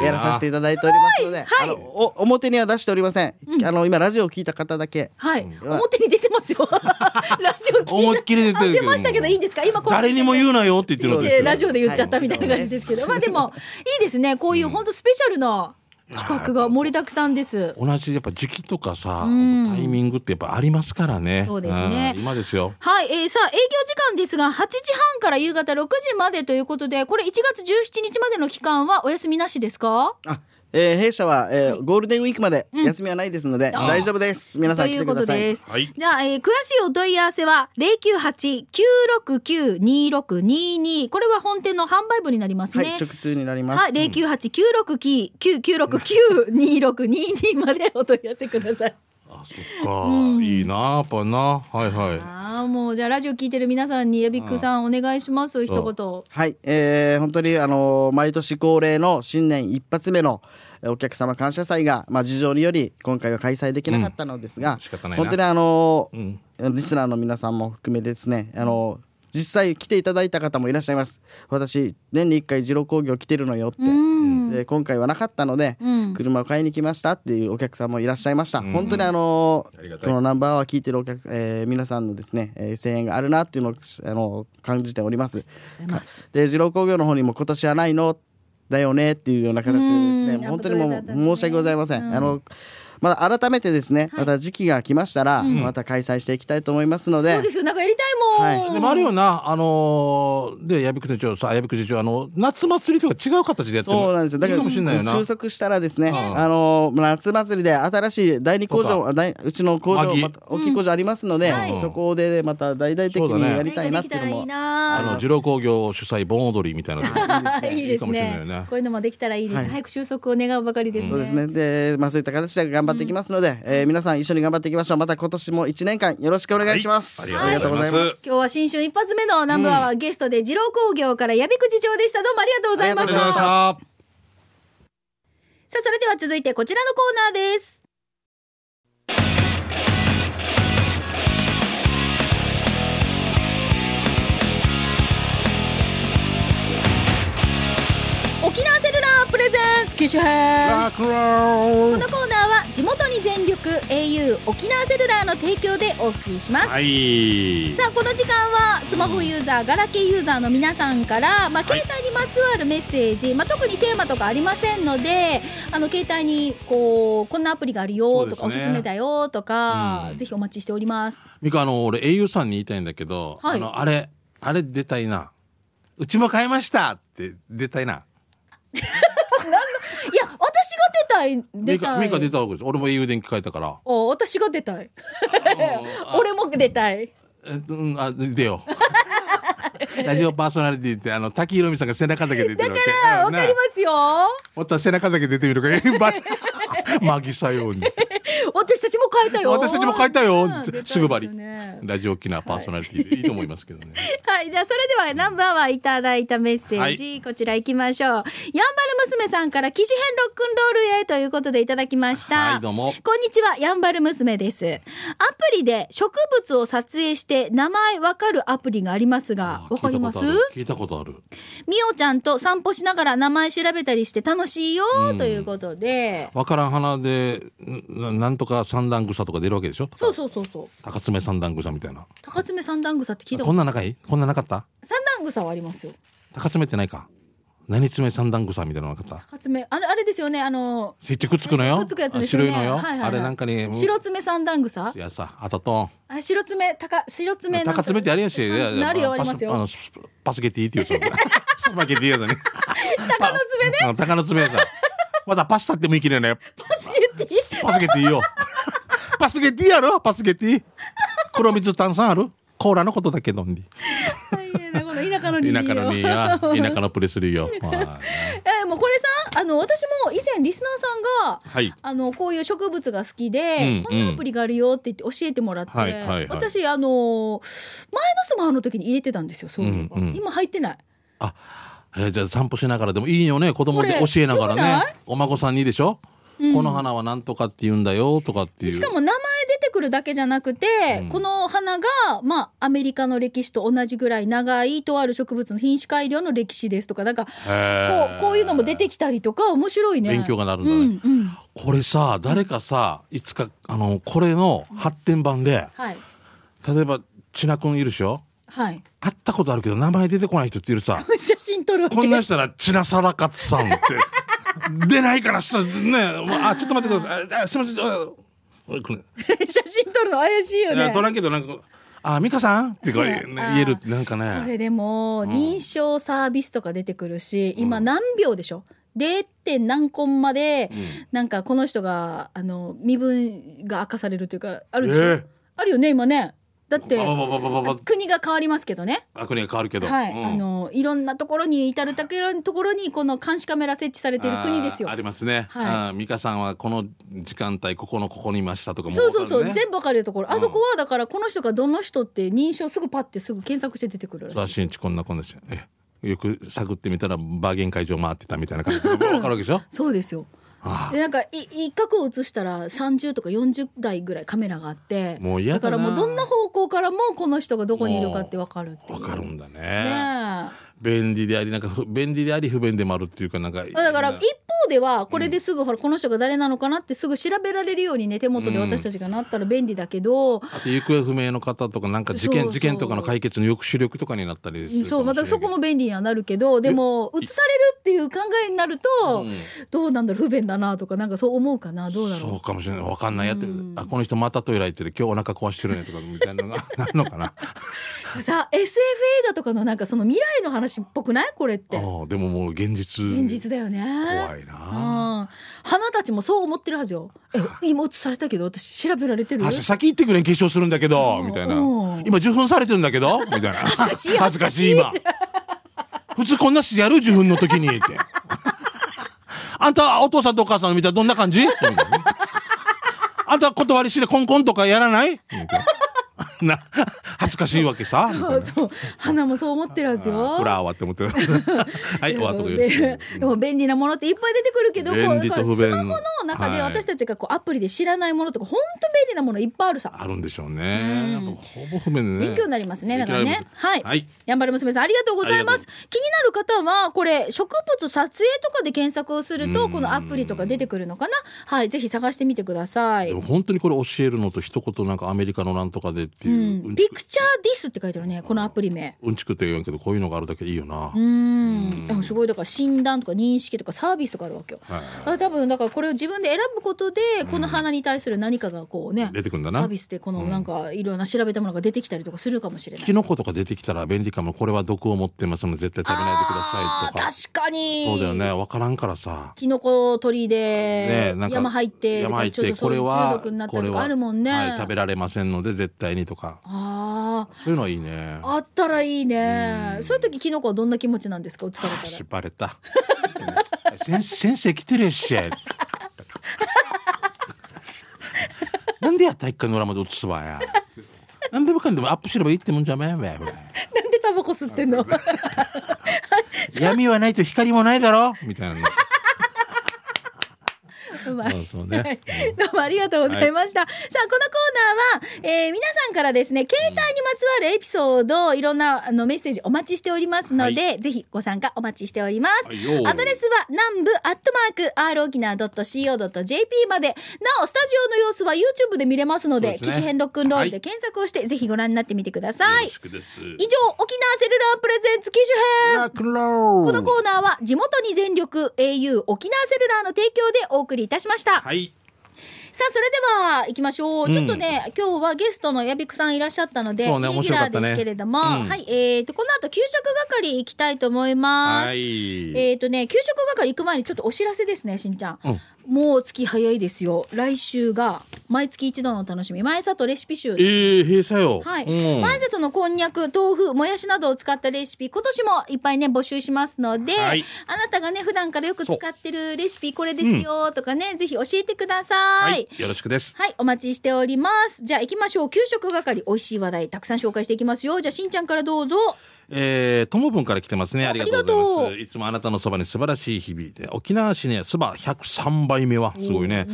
[SPEAKER 3] でやらさせていただいておりますので、あのお表には出しておりません。あの今ラジオを聞いた方だけ。
[SPEAKER 1] はい、表に出てますよ。 [LAUGHS] ラジオ聞いた
[SPEAKER 2] 思いっきり出てるけど
[SPEAKER 1] あ出ましたけどいいんですか今これ
[SPEAKER 2] 誰にも言うなよって言ってるわけですよ
[SPEAKER 1] ラジオで言っちゃったみたいな感じですけど、まあでもいいですねこういう本当スペシャルな企画が盛りだくさんです。
[SPEAKER 2] 同じやっぱ時期とかさ、
[SPEAKER 1] うん
[SPEAKER 2] タイミングってやっぱありますからね
[SPEAKER 1] そうですね
[SPEAKER 2] ん今ですよ
[SPEAKER 1] はい、えーさあ営業時間ですが8時半から夕方6時までということでこれ1月17日までの期間はお休みなしですか
[SPEAKER 3] あえー弊社は、えーゴールデンウィークまで休みはないですので、大丈夫です。皆さ
[SPEAKER 1] と
[SPEAKER 3] ん
[SPEAKER 1] い
[SPEAKER 3] 来
[SPEAKER 1] う
[SPEAKER 3] て
[SPEAKER 1] こ
[SPEAKER 3] く
[SPEAKER 1] と
[SPEAKER 3] ださい。
[SPEAKER 1] です。
[SPEAKER 2] はい
[SPEAKER 1] じゃあ、えー詳しいお問い合わせは098-969-2622これは本店の販売部になります
[SPEAKER 3] は
[SPEAKER 1] ね。
[SPEAKER 3] い、直通になります。
[SPEAKER 1] はい、零九八九六九九九六九二六二二までお問い合わせください。
[SPEAKER 2] あそっか、いいなやっぱなはいはい
[SPEAKER 1] ああ、もうじゃあラジオ聞いてる皆さんにエビックさんお願いします。一言。
[SPEAKER 3] はい、えー本当にあのー毎年恒例の新年一発目のえーお客様感謝祭が、まあ、事情により今回は開催できなかったのですが、
[SPEAKER 2] 仕方ないな
[SPEAKER 3] 本当にあのー
[SPEAKER 2] うん
[SPEAKER 3] リスナーの皆さんも含めですねあのー実際来ていただいた方もいらっしゃいます私年に1回二郎工業来てるのよって、
[SPEAKER 1] うん
[SPEAKER 3] で今回はなかったので、
[SPEAKER 1] うん
[SPEAKER 3] 車を買いに来ましたっていうお客さんもいらっしゃいました、
[SPEAKER 2] うん
[SPEAKER 3] 本当にあの
[SPEAKER 2] ありがたい
[SPEAKER 3] このナンバーは聞いてるお客、えー皆さんのですね、えー声援があるなっていうのをあの感じております
[SPEAKER 1] ございます
[SPEAKER 3] で二郎工業の方にも今年はないのだよねっていうような形でですね
[SPEAKER 1] うん
[SPEAKER 3] 本当にも
[SPEAKER 1] やっぱ取れちゃった
[SPEAKER 3] う
[SPEAKER 1] んですね
[SPEAKER 3] 申し訳ございません、
[SPEAKER 1] うん
[SPEAKER 3] あのまた改めてですね、
[SPEAKER 1] はい
[SPEAKER 3] また時期が来ましたら、
[SPEAKER 1] ん
[SPEAKER 3] また開催していきたいと思いますので
[SPEAKER 1] そうですよなんかやりたいもん、
[SPEAKER 2] でもあるよな、あのーで、やびく手帳、さ、やびく手帳、あの、夏祭りとか違う形でやっても
[SPEAKER 3] そうなんですよ。だ
[SPEAKER 2] い
[SPEAKER 3] か
[SPEAKER 2] い
[SPEAKER 3] ら
[SPEAKER 2] かもしれないよな。
[SPEAKER 3] 収束したらですね、
[SPEAKER 2] うん
[SPEAKER 3] あの夏祭りで新しい第二工
[SPEAKER 2] と
[SPEAKER 3] 場、第うちの工場、
[SPEAKER 2] マギ
[SPEAKER 3] また大きい工場ありますので、
[SPEAKER 2] はい
[SPEAKER 3] そこでまた大々的
[SPEAKER 2] そうだね
[SPEAKER 3] にやりたいなっていうのも。
[SPEAKER 2] あ
[SPEAKER 1] あ
[SPEAKER 2] の、二郎工業主催盆踊りみたいなとこ。
[SPEAKER 1] いいです
[SPEAKER 2] いいかもしれないよ
[SPEAKER 1] ね
[SPEAKER 2] ね。
[SPEAKER 1] こういうのもできたらいいですね。
[SPEAKER 3] はい
[SPEAKER 1] 早く収束を願うばかりですね。
[SPEAKER 3] そうですね。で、まあそういった形で頑張っていきますので、えー皆さん一緒に頑張っていきましょう。また今年も一年間よろしくお願いします。
[SPEAKER 2] はいありがとうございます
[SPEAKER 3] は
[SPEAKER 1] 今日は新春一発目のナンバーはゲストで二郎工業から矢び口町でした。どうもありがとうございま
[SPEAKER 2] あ
[SPEAKER 1] し
[SPEAKER 2] り
[SPEAKER 1] [LAUGHS] た。
[SPEAKER 2] がとうございました。
[SPEAKER 1] さあ、それでは続いてこちらのコーナーです。沖縄セルラープレゼンツ機種編
[SPEAKER 2] ラクロー
[SPEAKER 1] このコーナーは地元に全力 au 沖縄セルラーの提供でお送りします、
[SPEAKER 2] はい。
[SPEAKER 1] さあこの時間はスマホユーザーガラケーユーザーの皆さんから、まあ、携帯にまつわるメッセージ、まあ、特にテーマとかありませんのであの携帯にこうこんなアプリがあるよとか、
[SPEAKER 2] そう
[SPEAKER 1] お
[SPEAKER 2] ですすね
[SPEAKER 1] すめだよとか、
[SPEAKER 2] うん
[SPEAKER 1] ぜひお待ちしております
[SPEAKER 2] ミカ、あの、俺、英雄さんに言いたいんだけど、
[SPEAKER 1] はい
[SPEAKER 2] あの、あれ、あれ出たいな。うちも買いましたって出たいな。
[SPEAKER 1] いや私が出たい出
[SPEAKER 2] ミカ、
[SPEAKER 1] た
[SPEAKER 2] ミ
[SPEAKER 1] い
[SPEAKER 2] カ出たわけです。俺も英雄電気変えたから。
[SPEAKER 1] お私が出たい [LAUGHS] 俺も出たい
[SPEAKER 2] えっと、うん、あ、出よ
[SPEAKER 1] [LAUGHS]
[SPEAKER 2] う。ラジオパーソナリティって、あの、滝ひろみさんが背中だけ出てるわけ。
[SPEAKER 1] あ
[SPEAKER 2] う
[SPEAKER 1] わ
[SPEAKER 2] ん
[SPEAKER 1] かりますよ
[SPEAKER 2] おったら背中だけ出てみ
[SPEAKER 1] [LAUGHS]
[SPEAKER 2] るからバレマギさように
[SPEAKER 1] 私たちも変えたよ
[SPEAKER 2] 私たちも書いたよ
[SPEAKER 1] うん出たいです
[SPEAKER 2] すぐばり
[SPEAKER 1] よね
[SPEAKER 2] ラジオ機なパーソナリティでいいと思いますけどね
[SPEAKER 1] はい、じゃあそれではナンバーはいただいたメッセージ、
[SPEAKER 2] は
[SPEAKER 1] こちら行きましょう。やんばる娘さんから機種編ロックンロールへということでいただきました。
[SPEAKER 2] はいどうも
[SPEAKER 1] こんにちは、やんばる娘です。アプリで植物を撮影して名前わかるアプリがありますが、わかります
[SPEAKER 2] 聞いたことある聞いたことある
[SPEAKER 1] みおちゃんと散歩しながら名前調べたりして楽しいよということで、
[SPEAKER 2] わからん花でななんとか三段草とか出るわけでしょ
[SPEAKER 1] そうそうそうそう。
[SPEAKER 2] 高爪三段草みたいな
[SPEAKER 1] 高爪三段草って聞いたこ
[SPEAKER 2] ことんな仲いいこんななかった
[SPEAKER 1] 三段草はありますよ。
[SPEAKER 2] 高爪ってないか何爪三段草みたいなのなかった
[SPEAKER 1] 高爪、あれ、あれですよね、あの、
[SPEAKER 2] 接着つくのよ
[SPEAKER 1] くっつくやつですよ
[SPEAKER 2] 白
[SPEAKER 1] ね。
[SPEAKER 2] いのよ、
[SPEAKER 1] はいはいはい
[SPEAKER 2] あれなんかね
[SPEAKER 1] 白爪三段草
[SPEAKER 2] いやさあたとん
[SPEAKER 1] あ白爪高白爪なんか
[SPEAKER 2] 高爪ってあれやしいや
[SPEAKER 1] なるよあ
[SPEAKER 2] パ
[SPEAKER 1] り
[SPEAKER 2] ス
[SPEAKER 1] ます
[SPEAKER 2] あ
[SPEAKER 1] よ
[SPEAKER 2] のスパスゲティってい
[SPEAKER 1] [LAUGHS]
[SPEAKER 2] うそうスパゲティやつね
[SPEAKER 1] 高の爪ね
[SPEAKER 2] あの鷹の爪さん。まだパスタってもいいけどね。
[SPEAKER 1] パスゲティ
[SPEAKER 2] パスゲティよ。パスゲティやろパスゲティ。黒水炭酸あるコーラのことだけどんに。
[SPEAKER 1] 大変なこの田舎の人
[SPEAKER 2] 田
[SPEAKER 1] 間
[SPEAKER 2] 舎のにや、田舎のプレスリーよ。は
[SPEAKER 1] [LAUGHS] えーもうこれさあの私も以前リスナーさんが
[SPEAKER 2] い。はい
[SPEAKER 1] あのこういう植物が好きで、
[SPEAKER 2] うん
[SPEAKER 1] こんなアプリがあるよって言って教えてもらって、
[SPEAKER 2] はいはいはい
[SPEAKER 1] 私あの前のスマホの時に入れてたんですよそういうのが、
[SPEAKER 2] うんうん
[SPEAKER 1] 今入ってない
[SPEAKER 2] あ、えーじゃあ散歩しながらでもいいよね。子供で
[SPEAKER 1] これ
[SPEAKER 2] 教えなが
[SPEAKER 1] よく
[SPEAKER 2] ら
[SPEAKER 1] ない
[SPEAKER 2] ね。お孫さんにでしょ、この花はなんとかって言うんだよとかっていう。
[SPEAKER 1] しかも名前出てくるだけじゃなくて、
[SPEAKER 2] うん
[SPEAKER 1] この花が、まあ、アメリカの歴史と同じぐらい長いとある植物の品種改良の歴史ですとかなんか
[SPEAKER 2] へ
[SPEAKER 1] こ
[SPEAKER 2] ー、
[SPEAKER 1] うこういうのも出てきたりとか面白いね。
[SPEAKER 2] 勉強
[SPEAKER 1] が
[SPEAKER 2] がなるん
[SPEAKER 1] う
[SPEAKER 2] だね。
[SPEAKER 1] んうん
[SPEAKER 2] これさ、誰かさ、いつか、あの、これの発展版で、
[SPEAKER 1] はい
[SPEAKER 2] 例えば、千奈君いるでしょ
[SPEAKER 1] はい。 [LAUGHS]
[SPEAKER 2] 会ったことあるけど名前出てこない人っているさ
[SPEAKER 1] 写真撮るわけ。
[SPEAKER 2] こんな人なら千奈貞勝さんって出ないからさねあちょっと待ってくださいああすいませんあこれ
[SPEAKER 1] 写真撮るの怪しいよ
[SPEAKER 2] いや
[SPEAKER 1] ね。
[SPEAKER 2] 取らんけどなんか「あ美香さん?」ってこうね
[SPEAKER 1] あ
[SPEAKER 2] 言えるってなんか
[SPEAKER 1] これ
[SPEAKER 2] ね
[SPEAKER 1] でも認証サービスとか出てくるし、今何秒でしょ ?0. 点何コンまで、なんかこの人があの身分が明かされるというかあるでしょ、
[SPEAKER 2] ええ
[SPEAKER 1] あるよね今ね。だって
[SPEAKER 2] バババババババ
[SPEAKER 1] 国が変わりますけどね。
[SPEAKER 2] あこれ変わるけど
[SPEAKER 1] はい、
[SPEAKER 2] うん
[SPEAKER 1] あのいろんなところに至るだけのところにこの監視カメラ設置されている国ですよ
[SPEAKER 2] あーあ。りますね、
[SPEAKER 1] はい
[SPEAKER 2] あー美香さんはこの時間帯ここのここにいましたとかも
[SPEAKER 1] そうそうそう、
[SPEAKER 2] わかるね
[SPEAKER 1] 全部わかるところ、あそこはだからこの人がどの人って認証すぐパッてすぐ検索して出てくるらしい
[SPEAKER 2] さあ新地こんなこんなし
[SPEAKER 1] [LAUGHS]
[SPEAKER 2] えよく探ってみたらバーゲン会場回ってたみたいな感じでわかるわけでしょ
[SPEAKER 1] そうですよ
[SPEAKER 2] あ
[SPEAKER 1] でなんかい一角を映したら30とか40台ぐらいカメラがあって
[SPEAKER 2] もう嫌だな
[SPEAKER 1] からもうどんな方向からもこの人がどこにいるかって分かるっていう
[SPEAKER 2] わかるんだね
[SPEAKER 1] ね
[SPEAKER 2] 便利でありなんかふ便利であり不便でもあるっていうかなんか
[SPEAKER 1] えまあだから一方ではこれですぐほらこの人が誰なのかなってすぐ調べられるようにね手元で私たちがなったら便利だけど、
[SPEAKER 2] あと行方不明の方とかなんか事
[SPEAKER 1] そう
[SPEAKER 2] 件
[SPEAKER 1] そう
[SPEAKER 2] 事件とかの解決の抑止力とかになったりするかもしれ
[SPEAKER 1] そうまたそこも便利にはなるけどでも映されるっていう考えになると、どうなんだろう不便だなとかなんかそう思うかなどうだ
[SPEAKER 2] そ
[SPEAKER 1] ろ
[SPEAKER 2] うかもしれないわかんないやってる、あこの人またトイレ入ってる今日お腹壊してるねとかみたいな
[SPEAKER 1] [LAUGHS]
[SPEAKER 2] のがなるのかな
[SPEAKER 1] うさ SF 映画とかのなんかその未来の話っぽくないこれっ
[SPEAKER 2] あ
[SPEAKER 1] て
[SPEAKER 2] あでももう現実
[SPEAKER 1] 現実だよね
[SPEAKER 2] 怖いな
[SPEAKER 1] うん花たちもそう思ってるはずよえ今映されたけど私調べられてる
[SPEAKER 2] あ先行ってくれ化粧するんだけど
[SPEAKER 1] うん
[SPEAKER 2] みたいな
[SPEAKER 1] うん
[SPEAKER 2] 今受粉されてるんだけどみたいな恥
[SPEAKER 1] ずかしい
[SPEAKER 2] ずかしい今普通こんなしやる受粉の時にってあんたお父さんとお母さんの見たらどんな感じみたいなねあんた断りしでコンコンとかやらないみたいなな恥ずかしいわけさみ
[SPEAKER 1] そ
[SPEAKER 2] たいな
[SPEAKER 1] う [LAUGHS] そう花もそう思ってるはずよ
[SPEAKER 2] ほら、わって思って
[SPEAKER 1] [LAUGHS]
[SPEAKER 2] る。はい、わとか言うし。
[SPEAKER 1] ででも便利なものっていっぱい出てくるけどこう
[SPEAKER 2] 便利と不便
[SPEAKER 1] スマホの中で
[SPEAKER 2] はい
[SPEAKER 1] 私たちがこうアプリで知らないものとか本当便利なものいっぱいあるさ。
[SPEAKER 2] あるんでしょうね。やっぱほぼ不便でね。
[SPEAKER 1] 勉強になりますね。だから
[SPEAKER 2] 勉強
[SPEAKER 1] ね
[SPEAKER 2] に。な
[SPEAKER 1] は
[SPEAKER 2] ります
[SPEAKER 1] い。やんばる娘さん、ありがとうございます。気になる方は、これ、植物撮影とかで検索をすると、このアプリとか出てくるのかなはい。ぜひ探してみてください
[SPEAKER 2] で。も本当にこれ教えるのと一言なんかアメリカのなんとかでっていう、うんち
[SPEAKER 1] ピ
[SPEAKER 2] く、
[SPEAKER 1] クチャーディスって書いてあるね。このアプリ名。
[SPEAKER 2] うんちくって言うんやけど、こういうのがあるだけでいいよな。
[SPEAKER 1] うーんでもすごいだから診断とか認識とかサービスとかあるわけよ、
[SPEAKER 2] はい
[SPEAKER 1] あ多分だからこれを自分で選ぶことでこの花に対する何かがこうね、
[SPEAKER 2] 出てくんだな
[SPEAKER 1] サービスでこのなんかいろんな調べたものが出てきたりとかするかもしれない、
[SPEAKER 2] キノコとか出てきたら便利かも、これは毒を持ってますので絶対食べないでくださいとか。
[SPEAKER 1] あー確かに
[SPEAKER 2] そうだよね、わからんからさ。
[SPEAKER 1] キノコ取り
[SPEAKER 2] ね
[SPEAKER 1] で、
[SPEAKER 2] なんか
[SPEAKER 1] 山入って
[SPEAKER 2] 山入っ
[SPEAKER 1] ちょってと
[SPEAKER 2] こ
[SPEAKER 1] そうい
[SPEAKER 2] れ
[SPEAKER 1] う中
[SPEAKER 2] は
[SPEAKER 1] 毒になっ
[SPEAKER 2] こ
[SPEAKER 1] たり
[SPEAKER 2] れ
[SPEAKER 1] とか
[SPEAKER 2] は
[SPEAKER 1] あるもんね、
[SPEAKER 2] はい、食べられませんので絶対にとか
[SPEAKER 1] あ
[SPEAKER 2] そういうのはいいね
[SPEAKER 1] ああったらいいねそういう時キノコはどんな気持ちなんですか映されたら
[SPEAKER 2] [LAUGHS] しばれた先先生来てるっしゃ [LAUGHS] なんでやった一回の裏まで落すわやなんでもかんでもアップすればいいってもんじゃねえべほら
[SPEAKER 1] なんでタバコ吸ってん [LAUGHS] の
[SPEAKER 2] 闇はないと光もないだろみたいなの
[SPEAKER 1] うまい
[SPEAKER 2] そうそうね
[SPEAKER 1] はい [LAUGHS] どうもありがとうございました。さあ、このコーナーは、えー皆さんからですね、携帯にまつわるエピソード、いろんなあのメッセージお待ちしておりますので、ぜひご参加お待ちしております。
[SPEAKER 2] はいよ
[SPEAKER 1] アドレスは南部アットマーク r 沖縄 .co.jp まで。なお、スタジオの様子は YouTube で見れますので、
[SPEAKER 2] そう
[SPEAKER 1] 機
[SPEAKER 2] ですね
[SPEAKER 1] 種編ロックンロール
[SPEAKER 2] は
[SPEAKER 1] で
[SPEAKER 2] い
[SPEAKER 1] 検索をして、ぜひご覧になってみてください。以上、
[SPEAKER 2] くです
[SPEAKER 1] 沖縄セルラープレゼンツ機種編
[SPEAKER 2] ラクロ
[SPEAKER 1] このコーナーは地元に全力 au 沖縄セルラーの提供でお送りいたしました。
[SPEAKER 2] はい
[SPEAKER 1] さあそれでは行きましょう、ちょっとね今日はゲストのやびくさんいらっしゃったので、
[SPEAKER 2] そうね
[SPEAKER 1] レ
[SPEAKER 2] 面
[SPEAKER 1] ギュ
[SPEAKER 2] 白か
[SPEAKER 1] ラ
[SPEAKER 2] っ
[SPEAKER 1] ー
[SPEAKER 2] たね
[SPEAKER 1] ですけれども、
[SPEAKER 2] うん
[SPEAKER 1] はいえー、とこの後給食係行きたいと思います、
[SPEAKER 2] はい、
[SPEAKER 1] えーとね、給食係行く前にちょっとお知らせですね、しんちゃん。
[SPEAKER 2] うん
[SPEAKER 1] もう月早いですよ。来週が毎月一度のお楽しみ、前里レシピ集
[SPEAKER 2] えー、閉鎖よ、
[SPEAKER 1] はい、
[SPEAKER 2] うん、
[SPEAKER 1] 前里のこんにゃく豆腐もやしなどを使ったレシピ今年もいっぱいね募集しますので、
[SPEAKER 2] はい
[SPEAKER 1] あなたがね普段からよく使ってるレシピこれですよとかね、ぜひ教えてください、
[SPEAKER 2] はい、よろしくです
[SPEAKER 1] はい、お待ちしております。じゃあ行きましょう。給食係、美味しい話題、たくさん紹介していきますよ。じゃあ、しんちゃんからどうぞ。
[SPEAKER 2] えー、ともぶんから来てますね。ありがと
[SPEAKER 1] あ
[SPEAKER 2] うござい
[SPEAKER 1] り
[SPEAKER 2] ま
[SPEAKER 1] がと
[SPEAKER 2] す。いつもあなたのそばに素晴らしい日々で、沖縄市ね、そば103杯目は、すごいね。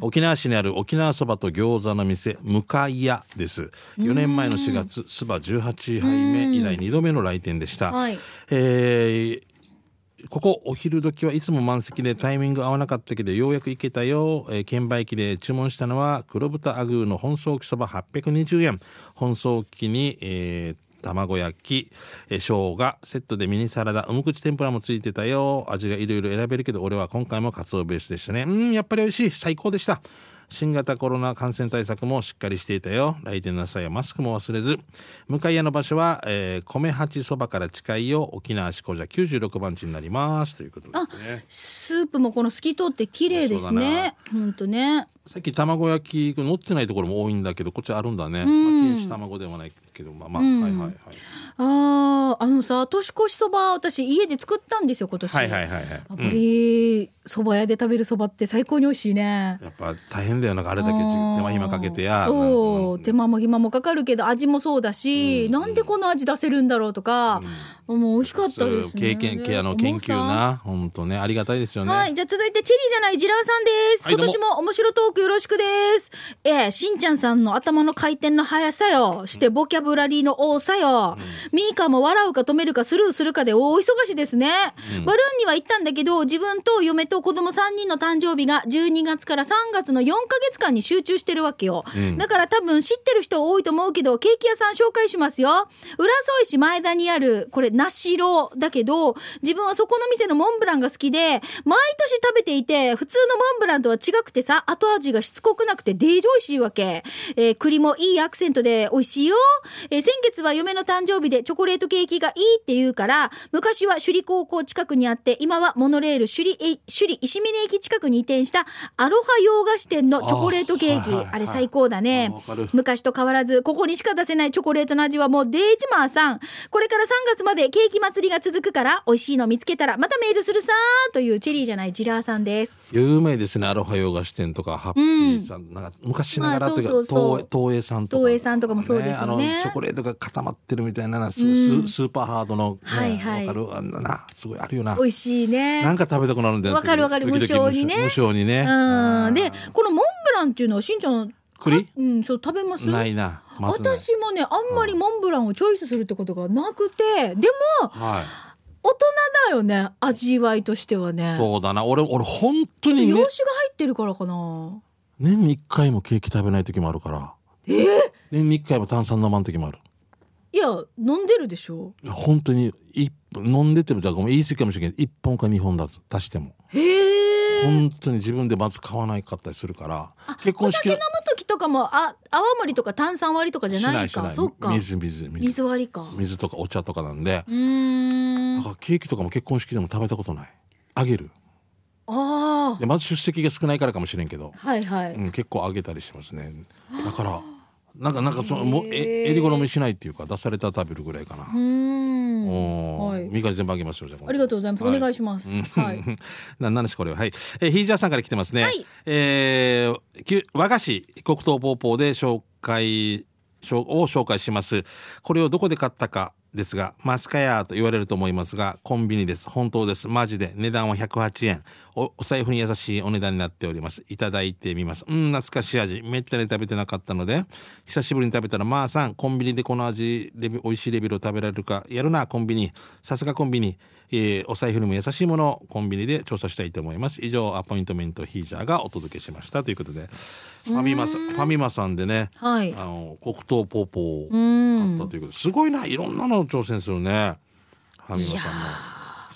[SPEAKER 2] 沖縄市にある沖縄そばと餃子の店、向かい屋です。4年前の4月、そば18杯目以来2度目の来店でした。
[SPEAKER 1] はい
[SPEAKER 2] えーここお昼時はいつも満席でタイミング合わなかったけどようやく行けたよ、えー券売機で注文したのは黒豚アグーの本草木そば820円本草木に、えー卵焼き、えー、生姜、セットでミニサラダ、おむくち天ぷらもついてたよ。味がいろいろ選べるけど、俺は今回もカツオベースでしたね。うん、やっぱり美味しい。最高でした。新型コロナ感染対策もしっかりしていたよ。来店の際はマスクも忘れず。向かい屋の場所は、えー米八そばから近いよ、沖縄志向じゃ96番地になります。ということですね。
[SPEAKER 1] スープもこの透き通って綺麗ですね。ほんとね。
[SPEAKER 2] さっき卵焼き乗ってないところも多いんだけど、こっちあるんだね。まあ、錦糸卵ではないけど、まあまあ、はいはいはい。
[SPEAKER 1] あああのさ年越しそば私家で作ったんですよ今年
[SPEAKER 2] はいはいはいはい、
[SPEAKER 1] 炙
[SPEAKER 2] うん
[SPEAKER 1] りそば屋で食べるそばって最高に美味しいね
[SPEAKER 2] やっぱ大変だよなんかあれだけ
[SPEAKER 1] あ
[SPEAKER 2] じ手
[SPEAKER 1] ー
[SPEAKER 2] 間暇かけてや
[SPEAKER 1] そう
[SPEAKER 2] なんか
[SPEAKER 1] 手間も暇もかかるけど味もそうだし、
[SPEAKER 2] うん
[SPEAKER 1] なんでこの味出せるんだろうとか、もう美味しかったです、ね、
[SPEAKER 2] 経験けあの研究な本当ねありがたいですよね、
[SPEAKER 1] はい、じゃあ続いてチェリーじゃないジラーさんです。
[SPEAKER 2] はい
[SPEAKER 1] 今
[SPEAKER 2] どうも
[SPEAKER 1] 年も面白トークよろしくです。ええ、しんちゃんさんの頭の回転の速さよ、してボキャブラリーの多さよ、ミーカも笑うか止めるかスルーするかで大忙しですね。バルーンには行ったんだけど、自分と嫁と子供3人の誕生日が12月から3月の4ヶ月間に集中してるわけよ。
[SPEAKER 2] うん
[SPEAKER 1] だから多分知ってる人多いと思うけど、ケーキ屋さん紹介しますよ。浦添市前田にある、これ、なしろだけど、自分はそこの店のモンブランが好きで、毎年食べていて、普通のモンブランとは違くてさ、後味がしつこくなくてデージ美味しいわけ。えー栗もいいアクセントで美味しいよ。えー先月は嫁の誕生日でチョコレートケーキがいいって言うから、昔は首里高校近くにあって、今はモノレール首里、え首里石峰駅近くに移転したアロハ洋菓子店のチョコレートケーキ。
[SPEAKER 2] あ
[SPEAKER 1] あ,、
[SPEAKER 2] ーはいはいはい
[SPEAKER 1] れ最高だね。
[SPEAKER 2] わかる
[SPEAKER 1] 昔と変わらず、ここにしか出せないチョコレートの味はもうデージマーさん。これから3月までケーキ祭りが続くから、美味しいの見つけたらまたメールするさーというチェリーじゃないジラーさんです。
[SPEAKER 2] 有名ですねアロハ洋菓子店とかハッピーさん,、なんか昔ながらというか、
[SPEAKER 1] まあそうそうそう
[SPEAKER 2] 東映東映さんとか
[SPEAKER 1] 東映さんとかもそうですよね
[SPEAKER 2] あのチョコレートが固まってるみたいなすススーパーハードの、ね
[SPEAKER 1] はいはい
[SPEAKER 2] わかるあんななすごいあるよな
[SPEAKER 1] 美味しいね。
[SPEAKER 2] なんか食べたくなるんだよ
[SPEAKER 1] わかるわかる
[SPEAKER 2] 時々
[SPEAKER 1] 無性にね
[SPEAKER 2] 無性にね
[SPEAKER 1] うん。で、このモンブランっていうのはしんちゃん、
[SPEAKER 2] 栗
[SPEAKER 1] うん、そう食べます
[SPEAKER 2] ないなまずない
[SPEAKER 1] 私もね、あんまりモンブランをチョイスするってことがなくて、でも、
[SPEAKER 2] は
[SPEAKER 1] 大人だよね、味わいとしてはね。
[SPEAKER 2] いそうだな俺俺本当に
[SPEAKER 1] 洋
[SPEAKER 2] ね
[SPEAKER 1] 酒が入ってるからかな。
[SPEAKER 2] 年に1回もケーキ食べない時もあるから年に1回も炭酸飲まん時もある
[SPEAKER 1] いや、飲んでるでしょ。
[SPEAKER 2] いや本当に一本飲んでてもじゃあごめん言い過ぎかもしれないけど1本か2本だと足しても
[SPEAKER 1] へえ。
[SPEAKER 2] 本当に自分でまず買わないかったりするから結
[SPEAKER 1] お
[SPEAKER 2] 婚式
[SPEAKER 1] 酒飲む時とかも、あ、泡盛りとか炭酸割りとかじゃない
[SPEAKER 2] しし
[SPEAKER 1] か。そっか。
[SPEAKER 2] 水水水
[SPEAKER 1] 水割りか。
[SPEAKER 2] 水とかお茶とかなんで
[SPEAKER 1] うー
[SPEAKER 2] だ
[SPEAKER 1] ん。
[SPEAKER 2] か
[SPEAKER 1] あ
[SPEAKER 2] らケーキとかも結婚式でも食べたことないあげる
[SPEAKER 1] あー。
[SPEAKER 2] でまず出席が少ないからかもしれんけど、
[SPEAKER 1] はいはい。
[SPEAKER 2] うん、結構あげたりしてますねだからなんかなんかその
[SPEAKER 1] へー
[SPEAKER 2] もうええり好みしないっていうか出されたら食べるぐらいかな
[SPEAKER 1] うーん。
[SPEAKER 2] お
[SPEAKER 1] は
[SPEAKER 2] ー
[SPEAKER 1] い。
[SPEAKER 2] 三上全部あげますよじゃあ今度
[SPEAKER 1] ありがとうございます。お
[SPEAKER 2] は
[SPEAKER 1] 願いします。はい。
[SPEAKER 2] [LAUGHS] ななんですこれははい、えー、ヒージャーさんから来てますね、
[SPEAKER 1] はい
[SPEAKER 2] えーきゅ和菓子黒糖ポーポーで紹介しょを紹介しますこれをどこで買ったかですがマスカヤーと言われると思いますがコンビニです本当ですマジで値段は108円おお財布に優しいお値段になっておりますいただいてみますうん懐かしい味めったに食べてなかったので久しぶりに食べたらまあさんコンビニでこの味レベ美味しいレベルを食べられるかやるなコンビニさすがコンビニ、えーお財布にも優しいものをコンビニで調査したいと思います以上アポイントメントヒージャーがお届けしましたということでファミマさんファミマさんでね
[SPEAKER 1] はい。
[SPEAKER 2] あの黒糖ポーポーを
[SPEAKER 1] うー
[SPEAKER 2] 買っ
[SPEAKER 1] ん。
[SPEAKER 2] たということですごいないろんなの挑戦するねファミマさん
[SPEAKER 1] い
[SPEAKER 2] も
[SPEAKER 1] や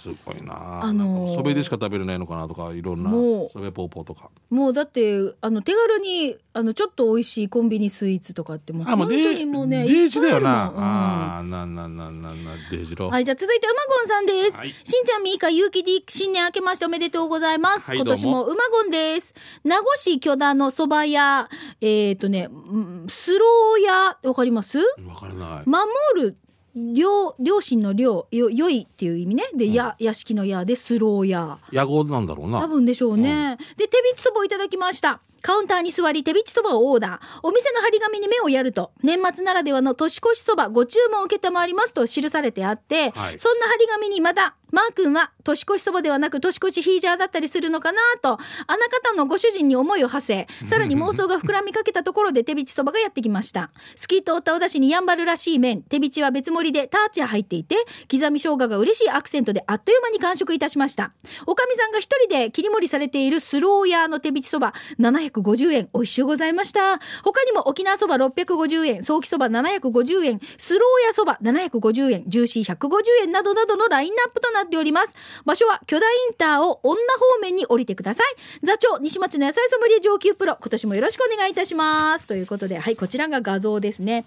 [SPEAKER 2] すごいな,、
[SPEAKER 1] あのー
[SPEAKER 2] なんかそべでしか食べれないのかなとかいろんな
[SPEAKER 1] もう
[SPEAKER 2] そべポーポーとか
[SPEAKER 1] もうだってあの手軽にあのちょっと美味しいコンビニスイーツとかってもう
[SPEAKER 2] あも
[SPEAKER 1] 本
[SPEAKER 2] う
[SPEAKER 1] 当
[SPEAKER 2] デ
[SPEAKER 1] にもうね
[SPEAKER 2] デージだよ
[SPEAKER 1] いっぱい
[SPEAKER 2] な、
[SPEAKER 1] あるもん
[SPEAKER 2] ああなんなんなんなんなんデージロ
[SPEAKER 1] はい、じゃあ続いて、うまごんさんです。
[SPEAKER 2] はい
[SPEAKER 1] しんちゃん、みーか、ゆうきり新年明けましておめでとうございます。
[SPEAKER 2] はい
[SPEAKER 1] 今年
[SPEAKER 2] ど
[SPEAKER 1] もうまごんです。名護市許田の蕎麦屋、えっ、とね、うんスロー屋、わかります
[SPEAKER 2] わからない
[SPEAKER 1] 守る両両親の両よ良いっていう意味ねで、や屋敷の屋でスロー屋
[SPEAKER 2] 野号なんだろうな
[SPEAKER 1] 多分でしょうね、で手びちそばをいただきましたカウンターに座り手びちそばをオーダーお店の張り紙に目をやると年末ならではの年越しそばご注文を承りますと記されてあって、
[SPEAKER 2] はい
[SPEAKER 1] そんな張り紙にまたマー君は年越しそばではなく年越しヒージャーだったりするのかなとあな方のご主人に思いを馳せさらに妄想が膨らみかけたところで手びちそばがやってきました透き通ったお出汁にやんばるらしい麺手びちは別盛りでターチが入っていて刻み生姜が嬉しいアクセントであっという間に完食いたしましたおかみさんが一人で切り盛りされているスローヤーの手びちそば750円おいしゅうございました他にも沖縄そば650円早期そば750円スローヤそば750円ジューシー150円などなどのラインナップとなっております場所は巨大インターを女方面に降りてください座長西町の野菜ソムリエ上級プロ今年もよろしくお願いいたしますということではいこちらが画像ですね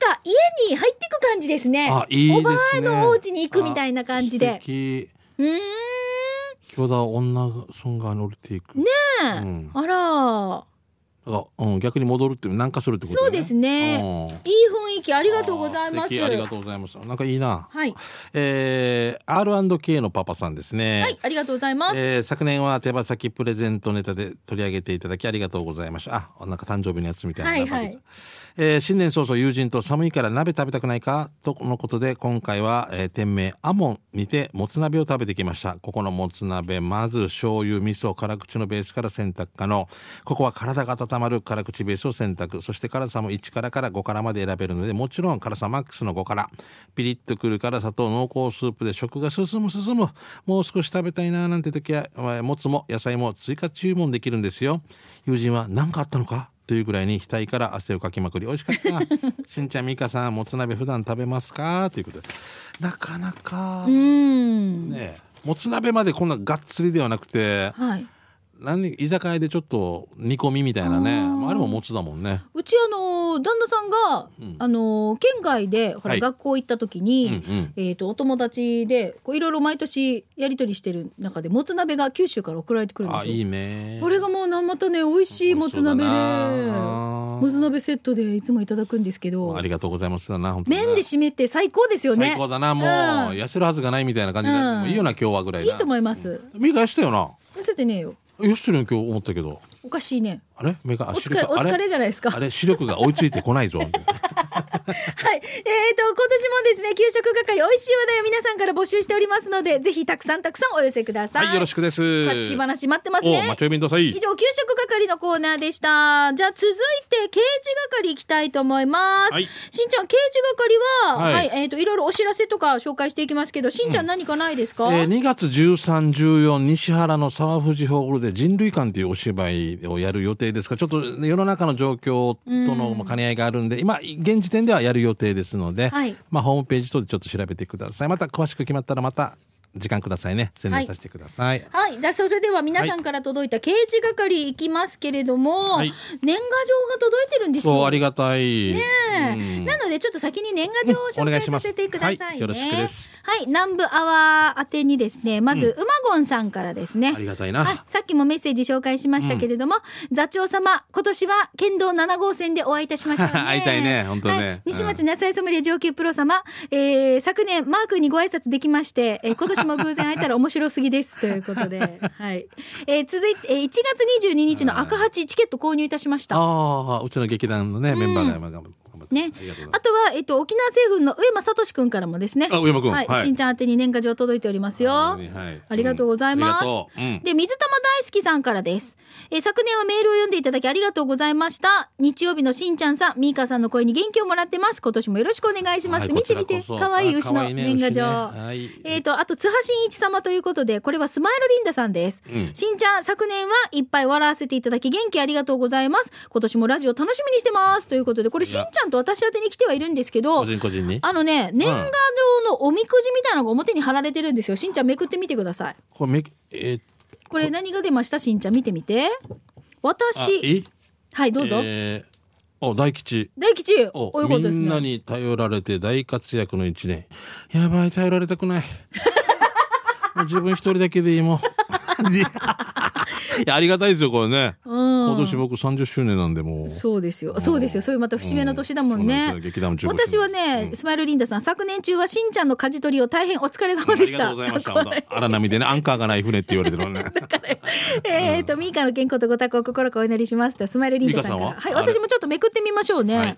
[SPEAKER 1] なんか家に入っていく感じですね
[SPEAKER 2] あいいですね
[SPEAKER 1] おばあのお家に行くみたいな感じ
[SPEAKER 2] あ
[SPEAKER 1] で
[SPEAKER 2] 素敵
[SPEAKER 1] うーん
[SPEAKER 2] 京田は女が村が乗りていくね
[SPEAKER 1] ねえ
[SPEAKER 2] うん
[SPEAKER 1] あら
[SPEAKER 2] が、うん、逆に戻るってなんかするってことだ
[SPEAKER 1] そ
[SPEAKER 2] よ
[SPEAKER 1] うですね
[SPEAKER 2] うん。
[SPEAKER 1] いい雰囲気ありがとうございま
[SPEAKER 2] あ
[SPEAKER 1] す。
[SPEAKER 2] ー素敵ありがとうございます。なんかいいな。
[SPEAKER 1] はい、
[SPEAKER 2] えー、R&K のパパさんですね。
[SPEAKER 1] はい、ありがとうございます。
[SPEAKER 2] えー昨年は手羽先プレゼントネタで取り上げていただきありがとうございました。あ、なんか誕生日のやつみたいな。
[SPEAKER 1] はいはい
[SPEAKER 2] なんかえー新年早々友人と寒いから鍋食べたくないかとのことで今回は、えー店名アモンにてもつ鍋を食べてきました。ここのもつ鍋、まず醤油、味噌、辛口のベースから選択可能。ここは体が温まる辛口ベースを選択。そして辛さも1からから5からまで選べるので、もちろん辛さマックスの5から。ピリッとくる辛さと濃厚スープで食が進む進む。もう少し食べたいなーなんて時は、えーもつも野菜も追加注文できるんですよ。友人は何かあったのかというぐらいに額から汗をかきまくり美味しかった
[SPEAKER 1] [LAUGHS]
[SPEAKER 2] しんちゃんみかさんもつ鍋普段食べますかということでなかなか
[SPEAKER 1] う
[SPEAKER 2] ね
[SPEAKER 1] ん。
[SPEAKER 2] えもつ鍋までこんながっつりではなくて
[SPEAKER 1] はい。
[SPEAKER 2] 何居酒屋でちょっと煮込みみたいなね
[SPEAKER 1] あー
[SPEAKER 2] まああれももつだもんね
[SPEAKER 1] うちあの旦那さんが、
[SPEAKER 2] うん
[SPEAKER 1] あの県外でほら、
[SPEAKER 2] はい
[SPEAKER 1] 学校行った時
[SPEAKER 2] う
[SPEAKER 1] に、
[SPEAKER 2] んうん
[SPEAKER 1] えー、とお友達でこういろいろ毎年やり取りしてる中でもつ鍋が九州から送られてくるんです
[SPEAKER 2] あ
[SPEAKER 1] よ。
[SPEAKER 2] いいね
[SPEAKER 1] これがもうなまたね美味しいもつ鍋でもつ鍋セットでいつもいただくんですけ
[SPEAKER 2] もあ
[SPEAKER 1] ど
[SPEAKER 2] りがとうございますだな本当にな
[SPEAKER 1] 麺で締めて最高ですよね
[SPEAKER 2] 最高だなもう
[SPEAKER 1] うん
[SPEAKER 2] 痩せるはずがないみたいな感じで
[SPEAKER 1] うん
[SPEAKER 2] もういいよな今日はぐらい
[SPEAKER 1] い
[SPEAKER 2] ない
[SPEAKER 1] と思います
[SPEAKER 2] 目が痩せたよな
[SPEAKER 1] 痩せてねえよ
[SPEAKER 2] 痩せてるよ今日思ったけど
[SPEAKER 1] おかしい
[SPEAKER 2] [LAUGHS]
[SPEAKER 1] ね
[SPEAKER 2] あれ目が
[SPEAKER 1] お
[SPEAKER 2] あ
[SPEAKER 1] 疲れ
[SPEAKER 2] 視力
[SPEAKER 1] お
[SPEAKER 2] あ
[SPEAKER 1] 疲れじゃないですか
[SPEAKER 2] あれ視力が追いついて
[SPEAKER 1] [LAUGHS]
[SPEAKER 2] こないぞ。みたいな
[SPEAKER 1] はい。えっ、と、今年もですね、給食係、美味しい話題を皆さんから募集しておりますので、ぜひたくさんたくさんお寄せください。
[SPEAKER 2] はい、よろしくです。
[SPEAKER 1] こっち話待ってます
[SPEAKER 2] お、
[SPEAKER 1] ね
[SPEAKER 2] マ。チョイビンドサイ
[SPEAKER 1] 以。上、給食係のコーナーでした。じゃあ、続いて、刑事係行きたいと思います。
[SPEAKER 2] はい
[SPEAKER 1] しんちゃん、刑事係は、は、
[SPEAKER 2] はいい
[SPEAKER 1] えっ、と、いろいろお知らせとか紹介していきますけど、しんちゃん何かないですか、
[SPEAKER 2] えー、2月13、14、西原の沢藤ホールで人類館というお芝居をやる予定ですが、ちょっとね世の中の状況とのまあ兼ね合いがあるんで、今、現時点ではやる予定ですので、
[SPEAKER 1] はい
[SPEAKER 2] まあ、ホームページ等でちょっと調べてください。また詳しく決まったらまた時間くださいね。宣伝させてください。
[SPEAKER 1] はい。じゃあ、それでは皆さんから届いた刑事係行きますけれども、
[SPEAKER 2] はい
[SPEAKER 1] 年賀状が届いてるんですよ。
[SPEAKER 2] そう、ありがたい。
[SPEAKER 1] ね
[SPEAKER 2] うん
[SPEAKER 1] なのでちょっと先に年賀状を
[SPEAKER 2] うん
[SPEAKER 1] 紹
[SPEAKER 2] お願
[SPEAKER 1] 介
[SPEAKER 2] いし
[SPEAKER 1] さ
[SPEAKER 2] ます
[SPEAKER 1] せてくださいね。
[SPEAKER 2] はいよろしくです
[SPEAKER 1] はい南部アワー宛てにですね、まず、うまごんさんからですね。
[SPEAKER 2] ありがたいな
[SPEAKER 1] はいさっきもメッセージ紹介しましたけれども、座長様、今年は県道7号線でお会いいたしましたよね。
[SPEAKER 2] [LAUGHS] 会いたいね本当ね
[SPEAKER 1] はい西町野菜ソムリエ上級プロ様、えー昨年マー君にご挨拶できまして、えー今年も偶然会えたら面白すぎです。ということで、はい。えー続いて、えー1月22日の赤八チケット購入いたしました。
[SPEAKER 2] ああ、うちの劇団のね、メンバーが今頑張って。
[SPEAKER 1] ね
[SPEAKER 2] ありがとうございます
[SPEAKER 1] あとは、えっと、沖縄政府の上間聡くんからもですね。
[SPEAKER 2] あ上間くん
[SPEAKER 1] はい。
[SPEAKER 2] はい
[SPEAKER 1] しんちゃん宛てに年賀状届いておりますよ。
[SPEAKER 2] はい
[SPEAKER 1] ありがとうございます
[SPEAKER 2] うんありがとううん
[SPEAKER 1] で、水玉大好きさんからです。えー昨年はメールを読んでいただきありがとうございました。日曜日のしんちゃんさん、みーかさんの声に元気をもらってます。今年もよろしくお願いします。
[SPEAKER 2] はい
[SPEAKER 1] 見て見て、
[SPEAKER 2] こちらこそ
[SPEAKER 1] 可愛い牛
[SPEAKER 2] あ可
[SPEAKER 1] の
[SPEAKER 2] 愛いね
[SPEAKER 1] 年賀状。
[SPEAKER 2] 牛ねはい
[SPEAKER 1] えっと、あと、津波真一様ということで、これはスマイルリンダさんです。
[SPEAKER 2] うん
[SPEAKER 1] しんちゃん、昨年はいっぱい笑わせていただき、元気ありがとうございます。今年もラジオ楽しみにしてます。ということで、これ、しんちゃんと私宛てに来てはいるんですけど、
[SPEAKER 2] 個人個人に。
[SPEAKER 1] あのね、年賀状のおみくじみたいなのが表に貼られてるんですよ。しんちゃんめくってみてください。
[SPEAKER 2] これめえー
[SPEAKER 1] これ何が出ましたしんちゃん見てみて。
[SPEAKER 2] あ
[SPEAKER 1] 私、
[SPEAKER 2] え
[SPEAKER 1] はい、どうぞ。
[SPEAKER 2] えーお大吉。
[SPEAKER 1] 大吉、
[SPEAKER 2] お
[SPEAKER 1] おいうことです
[SPEAKER 2] みん
[SPEAKER 1] ね。
[SPEAKER 2] なに頼られて大活躍の一年。やばい頼られた
[SPEAKER 1] [LAUGHS]
[SPEAKER 2] くない。もう自分一人だけでいいもん。い [LAUGHS] やいやありがたいですよこれね。
[SPEAKER 1] うん
[SPEAKER 2] 今年僕30周年なんでもう。
[SPEAKER 1] そうですよ。そうですよ。そういうまた節目の年だもん
[SPEAKER 2] そう
[SPEAKER 1] ね
[SPEAKER 2] なんですよ劇団も。注目し
[SPEAKER 1] 私
[SPEAKER 2] てます
[SPEAKER 1] はね、スマイルリンダさん、昨年中はしんちゃんの舵取りを大変お疲れ様でした。
[SPEAKER 2] ありがとうございました。本当荒波でねアンカーがない船って言われて
[SPEAKER 1] [LAUGHS]
[SPEAKER 2] るのね。
[SPEAKER 1] えーと、ミーカの健康とご多幸を心からお祈りしますと、スマイルリンダさんから。
[SPEAKER 2] ミカ
[SPEAKER 1] は
[SPEAKER 2] さ
[SPEAKER 1] い、
[SPEAKER 2] んはあれ
[SPEAKER 1] 私もちょっとめくってみましょうね。
[SPEAKER 2] はい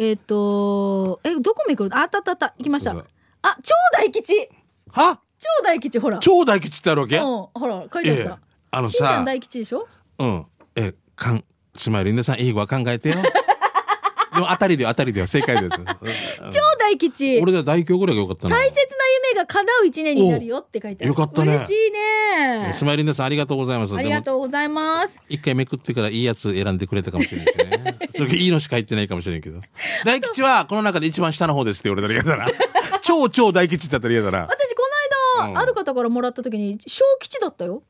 [SPEAKER 1] えっ、と、え、どこめくるああったあったあった。行きました
[SPEAKER 2] そうそう。
[SPEAKER 1] あ、超大吉
[SPEAKER 2] は
[SPEAKER 1] 超大吉、ほら。
[SPEAKER 2] 超大吉ってあるわけ。
[SPEAKER 1] うん、ほら、書いてある
[SPEAKER 2] ええ
[SPEAKER 1] さ。
[SPEAKER 2] あの
[SPEAKER 1] しんちゃ
[SPEAKER 2] さ
[SPEAKER 1] ん。大吉でしょ
[SPEAKER 2] うん。え、かん、つまり、皆さん、英語は考
[SPEAKER 1] [LAUGHS]
[SPEAKER 2] えてよ。でも、当たりだよ、当たりだよ、正解です。
[SPEAKER 1] 超大吉
[SPEAKER 2] 俺では大凶ぐらいが良かったな。
[SPEAKER 1] 大切な夢が叶う一年になるよって書いてある。
[SPEAKER 2] およかったね
[SPEAKER 1] 嬉しいね。
[SPEAKER 2] スマイル皆さん、ありがとうございます。
[SPEAKER 1] あ
[SPEAKER 2] で
[SPEAKER 1] り
[SPEAKER 2] も
[SPEAKER 1] が、とうございます。
[SPEAKER 2] 一回めくってからいいやつ選んでくれたかもしれないし
[SPEAKER 1] [LAUGHS]
[SPEAKER 2] ね。それいいのしか入ってないかもしれんけど。大吉は、この中で一番下の方ですって言われたら嫌だ
[SPEAKER 1] [LAUGHS]
[SPEAKER 2] な。超超大吉って言ったら嫌だな。
[SPEAKER 1] 私、この間、
[SPEAKER 2] うん
[SPEAKER 1] ある方からもらった時に、小吉だったよ。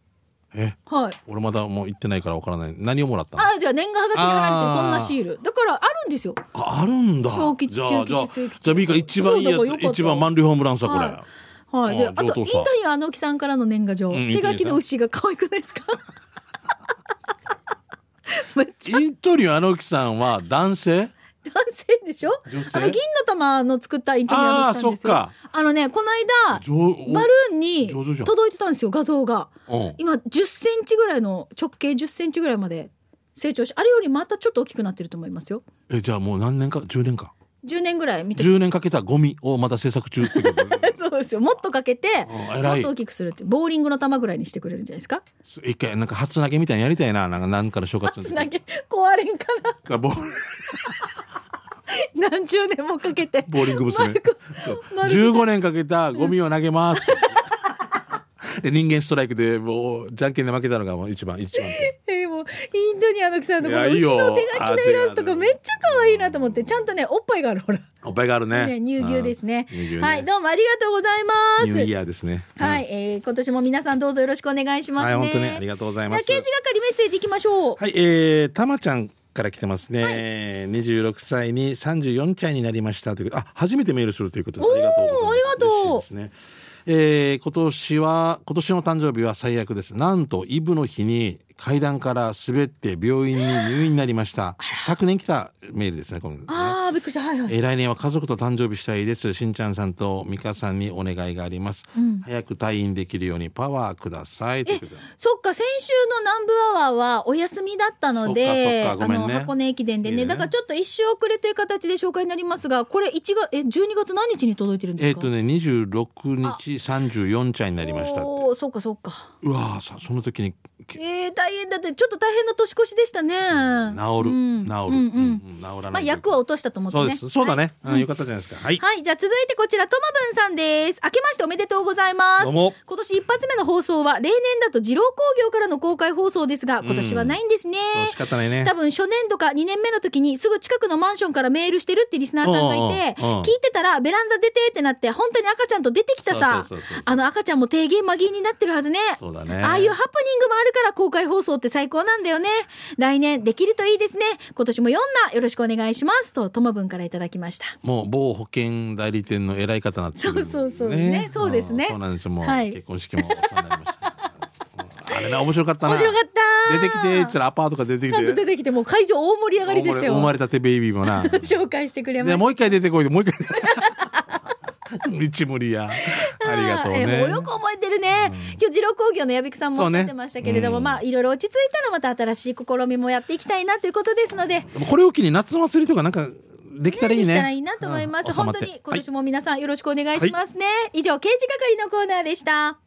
[SPEAKER 2] え、
[SPEAKER 1] はい。
[SPEAKER 2] 俺まだもう行ってないからわからない。何をもらったのあ
[SPEAKER 1] あ、じゃあ年賀はがきに貼られてる
[SPEAKER 2] あー
[SPEAKER 1] こんなシール。だからあるんですよ。
[SPEAKER 2] あるんだ。
[SPEAKER 1] 小吉
[SPEAKER 2] じゃあ、
[SPEAKER 1] 中吉
[SPEAKER 2] じゃあ、
[SPEAKER 1] 末吉
[SPEAKER 2] じゃあ、ミカ一番いいや
[SPEAKER 1] そう
[SPEAKER 2] つ
[SPEAKER 1] だからよかっ、た
[SPEAKER 2] 一番満塁ホームランさ、こ
[SPEAKER 1] はい。は
[SPEAKER 2] れ
[SPEAKER 1] い。で、
[SPEAKER 2] あ
[SPEAKER 1] あ
[SPEAKER 2] ー
[SPEAKER 1] と、イン
[SPEAKER 2] 上
[SPEAKER 1] タビ
[SPEAKER 2] 等さ
[SPEAKER 1] ューあのきさんからの年賀状。 [LAUGHS]
[SPEAKER 2] うん
[SPEAKER 1] 手書きの牛が可愛くないですかめっちゃ
[SPEAKER 2] イントリオの木さんは男性
[SPEAKER 1] 男性でしょ
[SPEAKER 2] 女性
[SPEAKER 1] あの銀の玉の作ったイントリアの木さんですよ
[SPEAKER 2] あーそっか
[SPEAKER 1] あのねこの間
[SPEAKER 2] 上
[SPEAKER 1] バルーンに
[SPEAKER 2] 上手じゃん
[SPEAKER 1] 届いてたんですよ画像が
[SPEAKER 2] うん
[SPEAKER 1] 今1 0センチぐらいの直径1 0センチぐらいまで成長しあれよりまたちょっと大きくなってると思いますよ
[SPEAKER 2] えじゃあもう何年か10年か
[SPEAKER 1] 10年ぐらい見て
[SPEAKER 2] 10年かけたゴミをまた制作中ってことで
[SPEAKER 1] そうですよもっとかけて
[SPEAKER 2] うん
[SPEAKER 1] も
[SPEAKER 2] 偉
[SPEAKER 1] っ
[SPEAKER 2] い
[SPEAKER 1] と大きくするってボーリングの玉ぐらいにしてくれるんじゃないですか
[SPEAKER 2] 一回なんか初投げみたいなのやりたいななんか何かの正月の時
[SPEAKER 1] つなげ壊れんか
[SPEAKER 2] あボー
[SPEAKER 1] ら何十年もかけて
[SPEAKER 2] [LAUGHS] ボーリング娘。そう
[SPEAKER 1] 丸く
[SPEAKER 2] 15年かけたゴミを投
[SPEAKER 1] [LAUGHS]
[SPEAKER 2] げます。で人間ストライクでもうじゃんけんで負けたのがもう一番一番手
[SPEAKER 1] えーもうインドにあの木さんのこの
[SPEAKER 2] いやいいよ
[SPEAKER 1] 牛の手書きのイラスト
[SPEAKER 2] あ違
[SPEAKER 1] が
[SPEAKER 2] う
[SPEAKER 1] めっちゃ可愛いなと思ってちゃんとねおっぱいがあるほら、
[SPEAKER 2] おっぱいがある
[SPEAKER 1] ね、
[SPEAKER 2] ね
[SPEAKER 1] 乳牛ですね
[SPEAKER 2] うん乳牛ね
[SPEAKER 1] はいどうもありがとうござい
[SPEAKER 2] うん
[SPEAKER 1] ます
[SPEAKER 2] ニューイヤーですね
[SPEAKER 1] はい、えー今年も皆さんどうぞよろしくお願いします
[SPEAKER 2] は
[SPEAKER 1] ね、
[SPEAKER 2] い本当ねありがとうございます
[SPEAKER 1] 竹内係メッセージいきましょう、
[SPEAKER 2] はい、えー、たまちゃんから来てますね。26歳に34歳になりましたということあ、初めてメールするということで、ありがとうございます。
[SPEAKER 1] ありがとう
[SPEAKER 2] 嬉しいですね。えー今年は、今年の誕生日は最悪です。なんと、イブの日に階段から滑って病院に入院になりました。昨年来たメールですね、この、ね。
[SPEAKER 1] ああびっくりしたはいはい
[SPEAKER 2] えー来年は家族と誕生日したいです。しんちゃんさんと美香さんにお願いがあります。早く退院できるようにパワーください。ということで
[SPEAKER 1] そっか先週の南部アワーはお休みだったので、
[SPEAKER 2] そっかそっかごめん
[SPEAKER 1] あ
[SPEAKER 2] ね
[SPEAKER 1] の箱根駅伝でね
[SPEAKER 2] いいね
[SPEAKER 1] だからちょっと一周遅れという形で紹介になりますがこれ1月え12月何日に届いてるんです
[SPEAKER 2] えっ、
[SPEAKER 1] か
[SPEAKER 2] とね、26日34歳になりましたって。
[SPEAKER 1] おーそっかそっか
[SPEAKER 2] うわあさその時にけ
[SPEAKER 1] えー、大変だってちょっと大変な年越しでしたね
[SPEAKER 2] 治る、
[SPEAKER 1] うん
[SPEAKER 2] 治る、
[SPEAKER 1] うんうん
[SPEAKER 2] うん治らない
[SPEAKER 1] まあ役は落としたと思って
[SPEAKER 2] そう
[SPEAKER 1] ね
[SPEAKER 2] ですそうだね、うん、よかったじゃないですかはい、
[SPEAKER 1] はい、じゃあ続いてこちら、とまぶんさんです。明けましておめでとうございます。
[SPEAKER 2] どうも
[SPEAKER 1] 今年一発目の放送は、例年だと二郎工業からの公開放送ですが、今年はないんですね。
[SPEAKER 2] そう仕方ないね
[SPEAKER 1] 多分初年度か2年目の時にすぐ近くのマンションからメールしてるってリスナーさんがいて
[SPEAKER 2] うんうんうん
[SPEAKER 1] 聞いてたらベランダ出てってなって本当に赤ちゃんと出てきたさ
[SPEAKER 2] そうそうそうそう
[SPEAKER 1] あの赤ちゃんも低減マギーになってるはずね
[SPEAKER 2] そうだね
[SPEAKER 1] ああいうハプニングもあるから公開放送って最高なんだよね来年できるといいですね今年も読んだよろしくお願いしますとともぶんからいただきました
[SPEAKER 2] もう某保険代理店の偉い方になってるんで、
[SPEAKER 1] そうそうそうねそうですね
[SPEAKER 2] んそうなんですよもう、
[SPEAKER 1] はい
[SPEAKER 2] 結婚式もお世話になりましたうんあれな面白かったな
[SPEAKER 1] 面白かった
[SPEAKER 2] 出てきてっつったらアパートから出てきて
[SPEAKER 1] ちゃんと出てきてもう会場大盛り上がりでしたよ
[SPEAKER 2] 生まれたてベイビーも
[SPEAKER 1] [LAUGHS]
[SPEAKER 2] な
[SPEAKER 1] 紹介してくれまし
[SPEAKER 2] ね
[SPEAKER 1] た
[SPEAKER 2] もう一回出てこいでもう一回 [LAUGHS] 道無理やありがとうね
[SPEAKER 1] えーもうよく覚えてるね、今日二郎工業の矢部さんもおっしゃってましたけれども、
[SPEAKER 2] そうねうん
[SPEAKER 1] まあいろいろ落ち着いたらまた新しい試みもやっていきたいなということですので。
[SPEAKER 2] でもこれを機に夏祭りとかなんかできたらいいね。
[SPEAKER 1] できたらいいなと思います、
[SPEAKER 2] うん
[SPEAKER 1] 本当に今年も皆さんよろしくお願いしますね、以上刑事係のコーナーでした